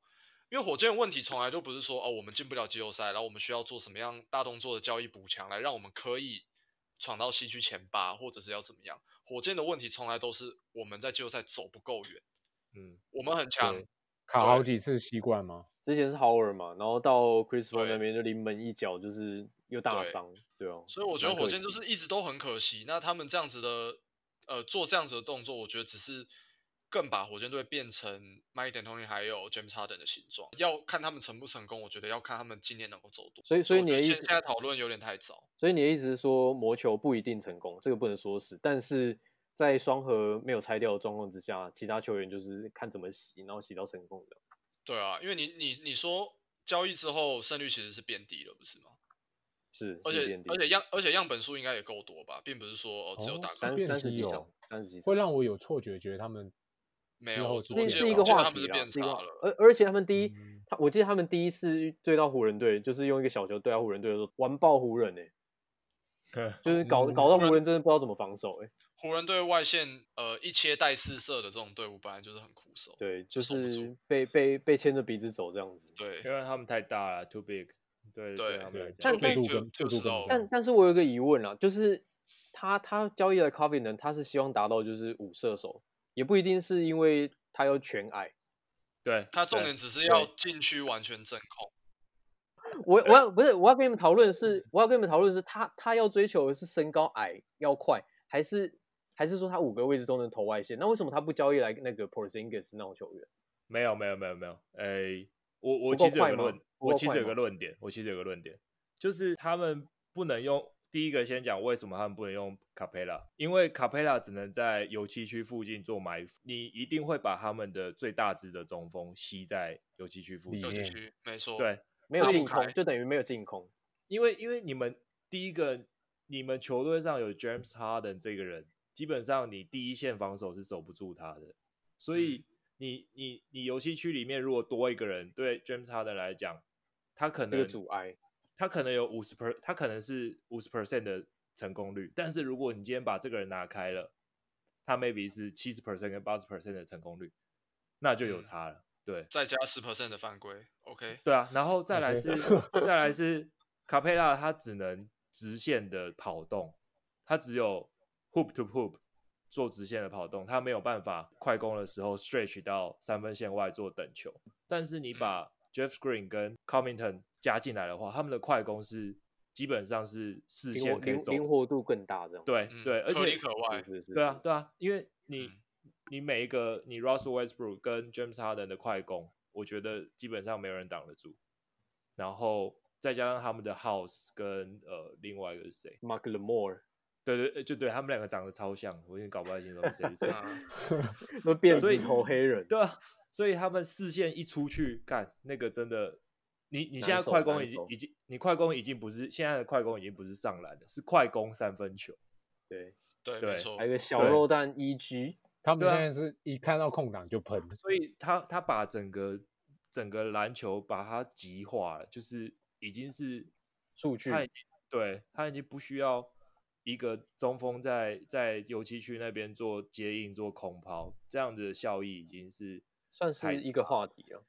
Speaker 4: 因为火箭的问题从来就不是说哦，我们进不了季后赛，然后我们需要做什么样大动作的交易补强，来让我们可以闯到西区前八，或者是要怎么样。火箭的问题从来都是我们在季后赛走不够远，
Speaker 1: 嗯，
Speaker 4: 我们很强，
Speaker 3: 卡好几次西冠吗？
Speaker 2: 之前是 Howard 嘛，然后到 Chris Paul
Speaker 4: 对
Speaker 2: 那边就临门一脚，就是又大
Speaker 4: 对
Speaker 2: 伤，对啊，
Speaker 4: 所以我觉得
Speaker 2: 蛮
Speaker 4: 火
Speaker 2: 可
Speaker 4: 箭就
Speaker 2: 惜
Speaker 4: 是一直都很可惜。那他们这样子的，呃，做这样子的动作，我觉得只是更把火箭队变成 Mike D'Antoni 还有 James Harden 的形状。要看他们成不成功，我觉得要看他们今年能够走多。
Speaker 2: 所以所以你的
Speaker 4: 我觉
Speaker 2: 意
Speaker 4: 得
Speaker 2: 思
Speaker 4: 现，在讨论有点太早。
Speaker 2: 所以你的意思是说魔球不一定成功，这个不能说是，但是在双核没有拆掉的状况之下，其他球员就是看怎么洗，然后洗到成功的。
Speaker 4: 对啊，因为你你你说交易之后胜率其实是变低了，不是吗？
Speaker 2: 是，
Speaker 4: 而
Speaker 2: 是
Speaker 4: 且
Speaker 2: 变低
Speaker 4: 而且样而且样本数应该也够多吧，并不是说哦只有
Speaker 3: 哦
Speaker 4: 大
Speaker 3: 三
Speaker 4: 纲
Speaker 2: 三
Speaker 3: 变
Speaker 2: 三十
Speaker 3: 稀
Speaker 2: 几
Speaker 3: 有
Speaker 2: 张，三十几张
Speaker 3: 会。让我有错觉，觉得他们
Speaker 4: 没
Speaker 3: 之
Speaker 4: 有，
Speaker 3: 后
Speaker 4: 我
Speaker 3: 是
Speaker 4: 我
Speaker 2: 那
Speaker 3: 变
Speaker 4: 记
Speaker 2: 是
Speaker 4: 得
Speaker 2: 一
Speaker 4: 我
Speaker 2: 个
Speaker 4: 记得
Speaker 2: 话
Speaker 4: 他们
Speaker 2: 题嗯啦，
Speaker 4: 是变
Speaker 2: 是
Speaker 4: 差
Speaker 2: 一个话
Speaker 4: 了，
Speaker 2: 而而且他们第一，他我记得他们第一次对到湖人队，就是用一个小球对到湖人队的时候，完爆湖人呢、欸就是搞、
Speaker 1: 嗯
Speaker 2: 搞到湖人真的不知道怎么防守哎、
Speaker 4: 湖人队外线呃一切带四射的这种队伍本来就是很苦手，
Speaker 2: 对，就
Speaker 4: 守不
Speaker 2: 是
Speaker 4: 住
Speaker 2: 被被被牵着鼻子走这样子。
Speaker 4: 对
Speaker 1: 因为他们太大了，too big。对
Speaker 4: 对
Speaker 1: 他们来
Speaker 3: 对
Speaker 1: 讲
Speaker 2: 但是
Speaker 3: 速度
Speaker 4: 就
Speaker 3: 跟速
Speaker 4: 就
Speaker 3: 度
Speaker 4: 是
Speaker 3: 跟
Speaker 4: 哦
Speaker 3: 不上
Speaker 2: 但但是我有一个疑问啊，就是他他交易了 c o v i n a n 他是希望达到就是五射手，也不一定是因为他有全矮。
Speaker 1: 对，
Speaker 4: 他重
Speaker 1: 对
Speaker 4: 点只是要禁区完全真空，
Speaker 2: 我我要不是我要跟你们讨论的
Speaker 1: 嗯
Speaker 2: 是，我要跟你们讨论的是他他要追求的是身高矮要快，还是还是说他五个位置都能投外线？那为什么他不交易来那个 Porzingis 那种球员？
Speaker 1: 没有没有没有没有，诶、我我
Speaker 2: 不够
Speaker 1: 其实有
Speaker 2: 快
Speaker 1: 个
Speaker 2: 吗
Speaker 1: 论，
Speaker 2: 不
Speaker 1: 我
Speaker 2: 够
Speaker 1: 其实
Speaker 2: 快
Speaker 1: 有个
Speaker 2: 吗
Speaker 1: 论点，我其实有个论点，就是他们不能用。第一个先讲为什么他们不能用卡佩拉，因为卡佩拉只能在油漆区附近做埋伏，你一定会把他们的最大只的中锋吸在油漆区附
Speaker 3: 里
Speaker 4: 就
Speaker 1: 近。
Speaker 4: 禁
Speaker 3: 面
Speaker 4: 区没错，
Speaker 1: 对，
Speaker 2: 没有
Speaker 4: 所以
Speaker 2: 进
Speaker 4: 开
Speaker 2: 空，就等于没有进空。
Speaker 1: 因为因为你们第一个，你们球队上有 James Harden 这个人，基本上你第一线防守是守不住他的，所
Speaker 2: 嗯
Speaker 1: 以你你你游戏区里面如果多一个人，对 James Harden 来讲，他可能
Speaker 2: 是个阻碍，
Speaker 1: 他可能有五十 per，他可能是五十 percent 的成功率，但是如果你今天把这个人拿开了，他 maybe 是七十 percent 跟八十 percent 的成功率，那就有
Speaker 4: 嗯
Speaker 1: 差了，对。
Speaker 4: 再加十 percent 的犯规，OK，
Speaker 1: 对啊，然后再来
Speaker 3: OK
Speaker 1: 是再来是卡佩拉，他只能直线的跑动，他只有 hoop to hoop 做直线的跑动，他没有办法快攻的时候 stretch 到三分线外做等球。但是你把 Jeff Green 跟 Covington 加进来的话，他们的快攻是基本上是视
Speaker 2: 灵活
Speaker 1: 线可以
Speaker 2: 灵
Speaker 1: 走
Speaker 2: 灵
Speaker 1: 的，
Speaker 2: 活度更大这样。
Speaker 1: 对
Speaker 4: 嗯
Speaker 1: 对，而
Speaker 4: 可里
Speaker 1: 且
Speaker 4: 可外
Speaker 2: 是，，是是
Speaker 1: 对啊，对啊，因为你、
Speaker 4: 嗯
Speaker 1: 你每一个你 Russell Westbrook 跟 James Harden 的快攻，我觉得基本上没有人挡得住。然后再加上他们的 House 跟呃另外一个是谁？
Speaker 2: Mark Lemore
Speaker 1: 对对，呃就对他们两个长得超像，我有点搞不太清楚他们谁是谁。
Speaker 4: 啊，
Speaker 2: 那辫
Speaker 1: 所以
Speaker 2: 子头黑人，
Speaker 1: 对啊，所以他们视线一出去，干那个真的，你你
Speaker 2: 难
Speaker 1: 现在
Speaker 2: 守
Speaker 1: 快攻
Speaker 2: 难
Speaker 1: 已经
Speaker 2: 守
Speaker 1: 已经，你快攻已经不是现在的快攻已经不是上篮了，是快攻三分球。
Speaker 2: 对，
Speaker 4: 对，
Speaker 1: 对
Speaker 4: 没错
Speaker 2: 还有，一个小
Speaker 1: 对
Speaker 2: 肉蛋 EG，
Speaker 3: 他们
Speaker 1: 对啊
Speaker 3: 现在是一看到空档就喷，
Speaker 1: 所以他他把整个整个篮球把它极化了，就是已经是
Speaker 2: 数据
Speaker 1: 他已经对他已经不需要一个中锋在在油漆区那边做接应、做空抛这样的效益，已经是
Speaker 2: 算是一个话题啊了。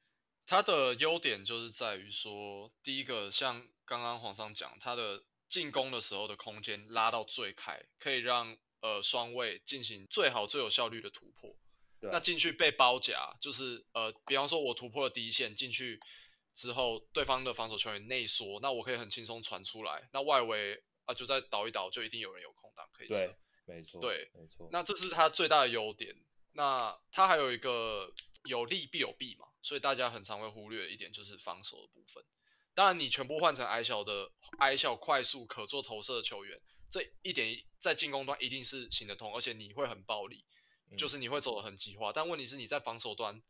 Speaker 4: 它的优点就是在于说，第一个像刚刚皇上讲，它的进攻的时候的空间拉到最开，可以让呃双位进行最好最有效率的突破。
Speaker 1: 对
Speaker 4: 那进去被包夹，就是呃，比方说我突破了第一线进去之后，对方的防守球员内缩，那我可以很轻松传出来，那外围啊就再倒一倒，就一定有人有空档可以射
Speaker 1: 对，没错，
Speaker 4: 对，
Speaker 1: 没错。
Speaker 4: 那这是它最大的优点。那它还有一个有利必有弊嘛，所以大家很常会忽略的一点就是防守的部分。当然，你全部换成矮小的矮小、快速、可做投射的球员，这一点在进攻端一定是行得通，而且你会很暴力，就是你会走得很极化。但问题是你在防守端，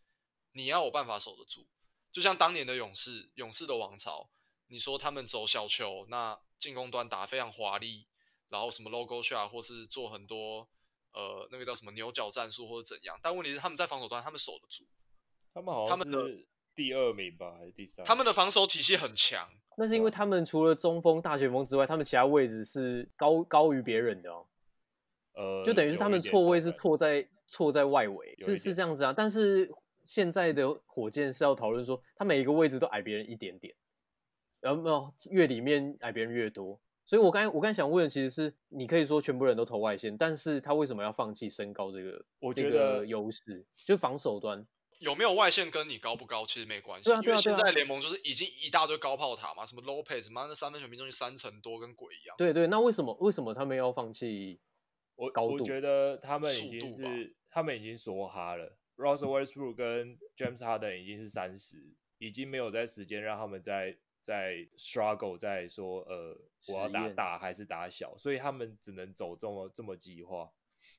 Speaker 4: 你要有办法守得住。就像当年的勇士，勇士的王朝，你说他们走小球，那进攻端打非常华丽，然后什么 logo shot 或是做很多呃那个叫什么牛角战术或者怎样，但问题是他们在防守端他们守得住，
Speaker 1: 他们好
Speaker 4: 他
Speaker 1: 像
Speaker 4: 们的
Speaker 1: 是第二名吧，还是第
Speaker 2: 啊
Speaker 1: 三？
Speaker 4: 他们的防守体系很强，
Speaker 2: 那是因为他们除了中锋、大前锋之外，他们其他位置是高高于别人的哦，
Speaker 1: 呃，
Speaker 2: 就等于是他们错位是
Speaker 1: 错。
Speaker 2: 错在错在外围，
Speaker 1: 有一
Speaker 2: 是是
Speaker 1: 点
Speaker 2: 这样子啊。但是现在的火箭是要讨论说，他每一个位置都矮别人一点点，然后没有越里面矮别人越多。所以我刚才我刚才想问的其实是，你可以说全部人都投外线，但是他为什么要放弃身高这个
Speaker 1: 我
Speaker 2: 这
Speaker 1: 觉
Speaker 2: 个
Speaker 1: 得
Speaker 2: 优势？就防守端，
Speaker 4: 有没有外线跟你高不高其实没关系，
Speaker 2: 对啊
Speaker 4: 因
Speaker 2: 对
Speaker 4: 为
Speaker 2: 啊对
Speaker 4: 现
Speaker 2: 啊
Speaker 4: 在联盟就是已经一大堆高炮塔嘛，什么 Lopez，妈那三分球命中率三成多，跟鬼一样。
Speaker 2: 对对，那为什么为什么他们要放弃
Speaker 1: 我
Speaker 2: 高
Speaker 1: 我
Speaker 2: 度
Speaker 1: 觉得他们已
Speaker 4: 速
Speaker 1: 经
Speaker 4: 度吧
Speaker 1: 是他们已经梭哈了。Russell Westbrook 跟 James Harden 已经是三十，已经没有在时间让他们在在 struggle，在说呃我要
Speaker 2: 实
Speaker 1: 打
Speaker 2: 验
Speaker 1: 大还是打小，所以他们只能走这么这么计划。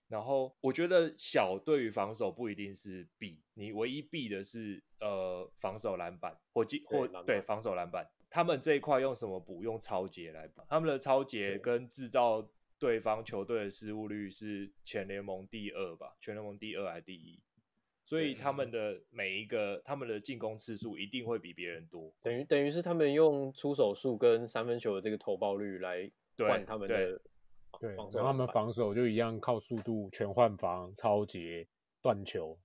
Speaker 1: 然后我觉得小对于防守不一定是必，你唯一必的是呃防守篮板或进
Speaker 2: 对
Speaker 1: 或
Speaker 2: 篮
Speaker 1: 对
Speaker 2: 板
Speaker 1: 防守篮板，他们这一块用什么补？用超节来补。他们的超节跟制造对方球队的失误率是全联盟第二吧？全联盟第二还是第一？所以他们的每一个他们的进攻次数一定会比别人多。
Speaker 2: 等于等于是他们用出手数跟三分球的这个投爆率来
Speaker 1: 对
Speaker 2: 换他们的
Speaker 3: 对，
Speaker 2: 防守
Speaker 3: 然后他们
Speaker 2: 篮板
Speaker 3: 防守就一样靠速度全换防、超节、断球。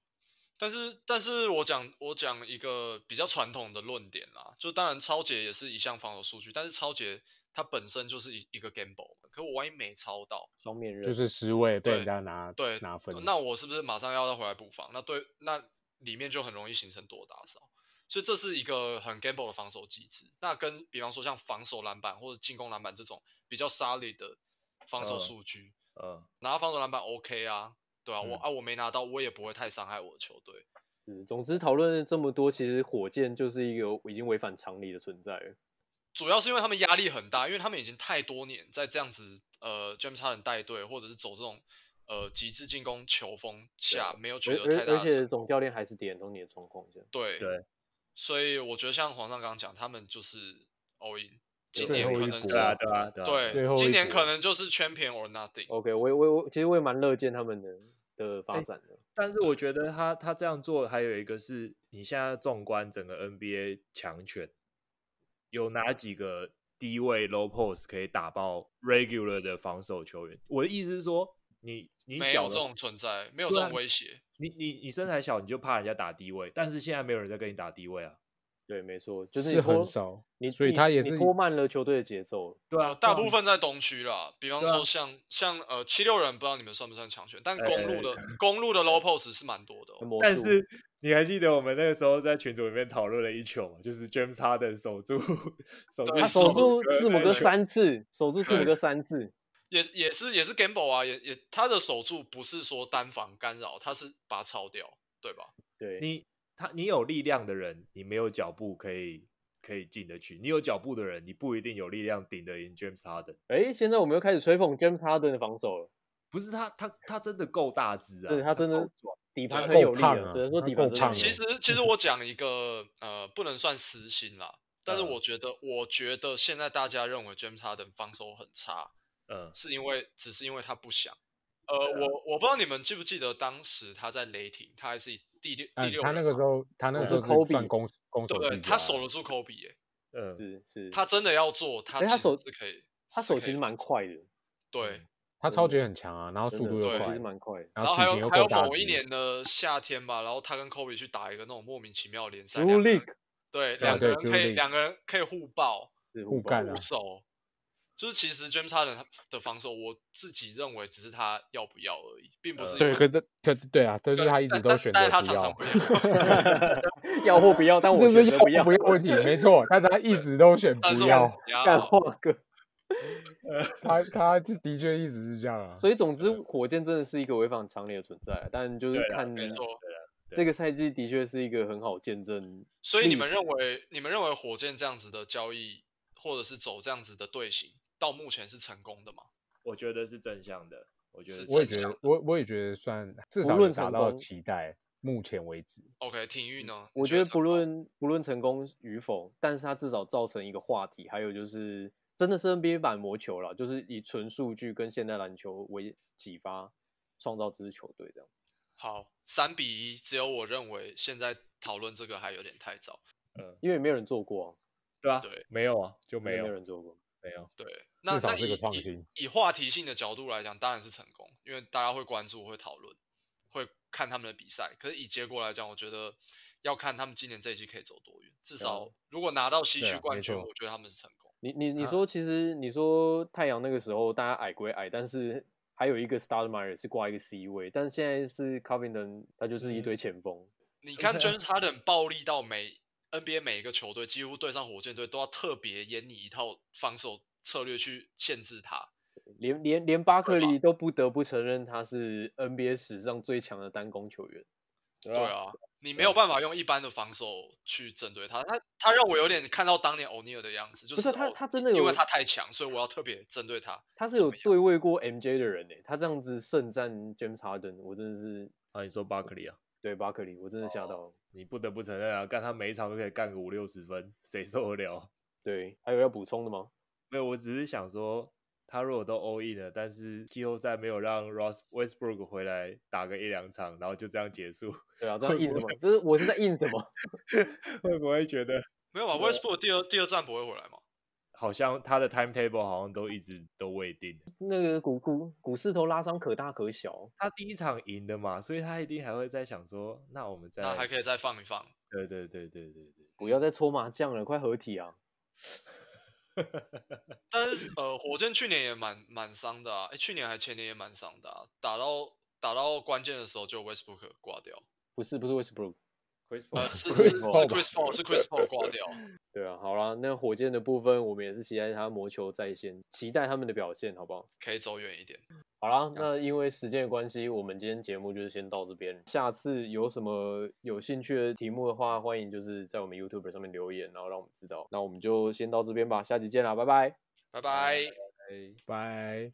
Speaker 4: 但是，但是我讲我讲一个比较传统的论点啦，就当然超节也是一项防守数据，但是超节它本身就是一一个 gamble，可我万一没超到，
Speaker 2: 双面刃，
Speaker 3: 就是失位被
Speaker 4: 对
Speaker 3: 人家拿
Speaker 4: 对，
Speaker 3: 拿分，
Speaker 4: 呃那我是不是马上要再回来补防？那对，那里面就很容易形成多打少，所以这是一个很 gamble 的防守机制。那跟比方说像防守篮板或者进攻篮板这种比较 solid 的防守
Speaker 1: 嗯
Speaker 4: 数据，
Speaker 1: 嗯，
Speaker 4: 拿到防守篮板 OK 啊，对啊，我
Speaker 1: 嗯
Speaker 4: 啊我没拿到，我也不会太伤害我的球队。
Speaker 2: 是总之讨论了这么多，其实火箭就是一个已经违反常理的存在了。
Speaker 4: 主要是因为他们压力很大，因为他们已经太多年在这样子呃 James Harden 带队，或者是走这种呃极致进攻球风下，没有取
Speaker 2: 而
Speaker 4: 得太
Speaker 2: 而
Speaker 4: 大
Speaker 2: 而
Speaker 4: 的成
Speaker 2: 且
Speaker 4: 功。
Speaker 2: 总教练还是迪安东尼的状况下，
Speaker 4: 对
Speaker 1: 对，
Speaker 4: 所以我觉得像皇上刚刚讲，他们就是 all in，今
Speaker 3: 最
Speaker 4: 年
Speaker 3: 后
Speaker 4: 可
Speaker 3: 一
Speaker 4: 能
Speaker 3: 搏
Speaker 4: 是
Speaker 1: 对啊，对啊，对啊，哦
Speaker 3: 最后
Speaker 4: 对，
Speaker 3: 一
Speaker 4: 今年
Speaker 3: 搏
Speaker 4: 可能就是 champion or nothing。
Speaker 2: OK，我也我也我其实我也蛮乐见他们的的
Speaker 3: 哎
Speaker 2: 发展的。
Speaker 1: 但是我觉得他他这样做还有一个是，你现在纵观整个 NBA 强权，有哪几个低位 low post 可以打爆 regular 的防守球员？我的意思是说，你你
Speaker 4: 没
Speaker 1: 小
Speaker 4: 有
Speaker 1: 的
Speaker 4: 这种存在，没有这
Speaker 1: 对啊
Speaker 4: 种威胁。
Speaker 1: 你你你身材小，你就怕人家打低位，但是现在没有人在跟你打低位啊。
Speaker 2: 对，没错，就是你拖
Speaker 3: 很少，
Speaker 2: 你
Speaker 3: 所以
Speaker 2: 你
Speaker 3: 他也
Speaker 2: 你
Speaker 3: 是
Speaker 2: 拖慢了球队的节奏。
Speaker 1: 对啊
Speaker 4: 呃，大部分在东区啦，比方
Speaker 1: 对啊
Speaker 4: 说像像呃七六人，不知道你们算不算强权，但
Speaker 1: 哎嗯
Speaker 4: 公路的公路的 low post 是蛮多的哦。
Speaker 2: 魔
Speaker 1: 但
Speaker 2: 术
Speaker 1: 是你还记得我们那个时候在群组里面讨论了一球吗？就是 James Harden 守住 守住
Speaker 4: 对啊
Speaker 2: 他
Speaker 4: 守
Speaker 1: 字
Speaker 2: 守住
Speaker 1: 母哥
Speaker 2: 字母
Speaker 1: 那
Speaker 2: 哥
Speaker 1: 一球
Speaker 2: 三次，守住字母哥三次，
Speaker 4: 也也是也是 gamble 啊，也也他的守住不是说单防干扰，他是把它抄掉，对吧？
Speaker 2: 对，
Speaker 1: 你他你有力量的人，你没有脚步可以可以进得去；你有脚步的人，你不一定有力量顶得赢 James Harden。
Speaker 2: 哎，现在我们又开始吹捧 James Harden 的防守了。
Speaker 1: 不是他，他他真的够大只啊！
Speaker 2: 对他真的
Speaker 1: 够壮
Speaker 2: 底盘很
Speaker 4: 对够
Speaker 2: 有力
Speaker 3: 胖
Speaker 2: 了，
Speaker 3: 啊
Speaker 2: 只能说
Speaker 3: 他
Speaker 2: 底盘
Speaker 3: 够
Speaker 2: 真的很
Speaker 3: 胖
Speaker 2: 有
Speaker 4: 其
Speaker 2: 力
Speaker 4: 实其实
Speaker 3: 嗯
Speaker 4: 我讲一个呃，不能算私心啦，但是
Speaker 1: 嗯
Speaker 4: 我觉得我觉得现在大家认为 James Harden 防守很差，
Speaker 1: 嗯，
Speaker 4: 是因为只是因为他不想。呃，
Speaker 3: 啊
Speaker 4: 我我不知道你们记不记得当时他在雷霆，他还是以第六第
Speaker 3: 嗯，
Speaker 4: 六人嘛、
Speaker 3: 他那个时候他那
Speaker 2: 我
Speaker 3: 个时
Speaker 2: 是
Speaker 3: 候
Speaker 2: 科
Speaker 3: 是
Speaker 2: 比
Speaker 3: 算攻攻
Speaker 4: 对
Speaker 3: 守啊
Speaker 4: 不对？
Speaker 3: 俱
Speaker 4: 他
Speaker 3: 佳
Speaker 4: 守得住科比耶、
Speaker 1: 嗯
Speaker 2: 是是，
Speaker 4: 他真的要做，他
Speaker 2: 哎
Speaker 4: 其
Speaker 2: 他
Speaker 4: 实
Speaker 2: 手
Speaker 4: 是可以，
Speaker 2: 他
Speaker 4: 是
Speaker 2: 手
Speaker 4: 可
Speaker 2: 其
Speaker 4: 以
Speaker 2: 实蛮快的，
Speaker 4: 对。
Speaker 3: 他超级很强啊，然后
Speaker 2: 真
Speaker 3: 速
Speaker 2: 的
Speaker 3: 度又
Speaker 4: 对
Speaker 2: 手其
Speaker 3: 快
Speaker 2: 实，蛮快的。
Speaker 3: 嗯然
Speaker 4: 后
Speaker 3: 后
Speaker 4: 还
Speaker 3: 体
Speaker 4: 有
Speaker 3: 型又
Speaker 4: 还有
Speaker 3: 够大
Speaker 4: 某一
Speaker 3: 只。
Speaker 4: 年的夏天吧，然后他跟科比去打一个那种莫名其妙的联赛
Speaker 2: Drew
Speaker 4: 两个人
Speaker 2: League
Speaker 4: 对，
Speaker 3: 对啊
Speaker 4: 两个
Speaker 3: 对
Speaker 4: 人可
Speaker 3: Drew
Speaker 4: 以
Speaker 3: League
Speaker 4: 两个人可以互爆
Speaker 2: 是
Speaker 3: 互
Speaker 2: 爆
Speaker 3: 干啊
Speaker 4: 互守，就是其实 James Harden 他的防守，我自己认为只是他要不要而已，并不是因
Speaker 3: 对，
Speaker 4: 为
Speaker 3: 可是可是对啊，这就是
Speaker 4: 对
Speaker 3: 他一直
Speaker 4: 但
Speaker 3: 都
Speaker 4: 但
Speaker 3: 选
Speaker 4: 但
Speaker 3: 择
Speaker 4: 是他
Speaker 3: 不
Speaker 4: 常常
Speaker 3: 要
Speaker 4: 不，要，
Speaker 2: 要或不要，但我
Speaker 3: 这
Speaker 2: 选
Speaker 3: 是
Speaker 2: 择
Speaker 3: 要
Speaker 2: 不要
Speaker 3: 不。要问题，没错，但他一直都选
Speaker 4: 但是
Speaker 3: 不
Speaker 4: 我
Speaker 3: 要，
Speaker 4: 不要
Speaker 2: 干话哥，
Speaker 3: 他他的确一直是这样 啊。
Speaker 2: 所以总之，火箭真的是一个违反常理的存在，啊但就是
Speaker 1: 对啦
Speaker 2: 看
Speaker 4: 没错。
Speaker 2: 这个赛季的确是一个很好见证。
Speaker 4: 所以你
Speaker 2: 历
Speaker 4: 们
Speaker 2: 史
Speaker 4: 认为你们认为火箭这样子的交易，或者是走这样子的队形，到目前是成功的吗？
Speaker 1: 我觉得是正向的，我觉得
Speaker 4: 是
Speaker 1: 是
Speaker 3: 我也
Speaker 1: 正
Speaker 3: 觉
Speaker 1: 向
Speaker 3: 得，我我也觉得算至
Speaker 2: 无
Speaker 3: 少
Speaker 2: 论
Speaker 3: 有达
Speaker 2: 成
Speaker 3: 到
Speaker 2: 功
Speaker 3: 期待，目前为止。
Speaker 4: OK，体育呢？
Speaker 2: 我
Speaker 4: 你
Speaker 2: 觉得不
Speaker 4: 成功
Speaker 2: 论不论成功与否，但是它至少造成一个话题，还有就是真的是 NBA 版魔球了，就是以纯数据跟现代篮球为启发，创造这支球队这样。
Speaker 4: 好三比一，只有我认为现在讨论这个还有点太早。
Speaker 2: 因为没有人做过、啊，
Speaker 1: 对啊，
Speaker 4: 对
Speaker 1: 没有啊，就没
Speaker 2: 因为
Speaker 1: 有
Speaker 2: 没有人做过。
Speaker 1: 没有，
Speaker 4: 对，那
Speaker 3: 至少
Speaker 4: 那
Speaker 3: 是个
Speaker 4: 以
Speaker 3: 创
Speaker 4: 以
Speaker 3: 新
Speaker 4: 以话题性的角度来讲，当然是成功，因为大家会关注、会讨论、会看他们的比赛。可是以结果来讲，我觉得要看他们今年这一季可以走多远。至少如果拿到西
Speaker 3: 哦对
Speaker 4: 区
Speaker 3: 啊
Speaker 4: 冠
Speaker 3: 没
Speaker 4: 军，
Speaker 3: 错
Speaker 4: 我觉得他们是成功。
Speaker 2: 你你你说，其实你说太阳那个时候大家矮归矮，但是还有一个 Starmeyer 是挂一个 C 位，但现在是 Covington，他就是一
Speaker 4: 嗯
Speaker 2: 堆前锋。
Speaker 4: 你看 James Harden 暴力到每 NBA 每一个球队，几乎对上火箭队都要特别演你一套防守策略去限制他。
Speaker 2: 连连连巴克
Speaker 4: 对吧
Speaker 2: 利都不得不承认他是 NBA 史上最强的单攻球员。
Speaker 1: 对
Speaker 4: 对啊，你没有办法用一般的防守去针对他，他他让我有点看到当年欧尼尔的样子，就
Speaker 2: 不是他
Speaker 4: 哦
Speaker 2: 他真的
Speaker 4: 因为
Speaker 2: 有
Speaker 4: 他太强，所以我要特别针对他。
Speaker 2: 他是
Speaker 4: 怎
Speaker 2: 有
Speaker 4: 么样
Speaker 2: 对位过 MJ 的人呢、欸他这样子盛赞 James Harden，我真的是
Speaker 1: 啊，你说巴克利啊，
Speaker 2: 对巴
Speaker 4: 哦
Speaker 2: 克利，我真的吓到了。
Speaker 1: 你不得不承认啊，干他每一场都可以干个五六十分，谁受得了？
Speaker 2: 对，还有要补充的吗？
Speaker 1: 没有，我只是想说，他如果都 all in 了，但是季后赛没有让 Ross Westbrook 回来打个一两场，然后就这样结束，
Speaker 2: 对啊，这 样印什么？就是我是在印什么？
Speaker 1: 会不会觉得
Speaker 4: 没有嘛？Westbrook 啊
Speaker 2: 啊
Speaker 4: 第二第二站不会回来嘛？
Speaker 1: 好像他的 timetable 好像都一直都未定？
Speaker 2: 那个股股股市头拉伤可大可小，
Speaker 1: 他第一场赢的嘛，所以他一定还会在想说，那我们再
Speaker 4: 那还可以再放一放。
Speaker 1: 对对对对对对，
Speaker 2: 不要再搓麻将了，快合体啊！
Speaker 4: 但 是呃，火箭去年也蛮蛮伤的啊，诶去年还前年也蛮伤的啊，打到打到关键的时候就 Westbrook 挂掉，
Speaker 2: 不是不是 Westbrook，
Speaker 1: Chris
Speaker 4: 呃，
Speaker 1: Paul
Speaker 4: 是是
Speaker 2: Chris
Speaker 4: 是
Speaker 2: Paul 吧
Speaker 4: Chris Paul 是 Chris Paul 挂掉，
Speaker 2: 对啊，好啦，那火箭的部分我们也是期待他魔球再现，期待他们的表现，好不好？
Speaker 4: 可以走远一点。
Speaker 2: 好啦，那因为时间的关系，我们今天节目就是先到这边。下次有什么有兴趣的题目的话，欢迎就是在我们 YouTube 上面留言，然后让我们知道。那我们就先到这边吧，下集见啦，拜拜。
Speaker 4: 拜拜。
Speaker 3: 拜。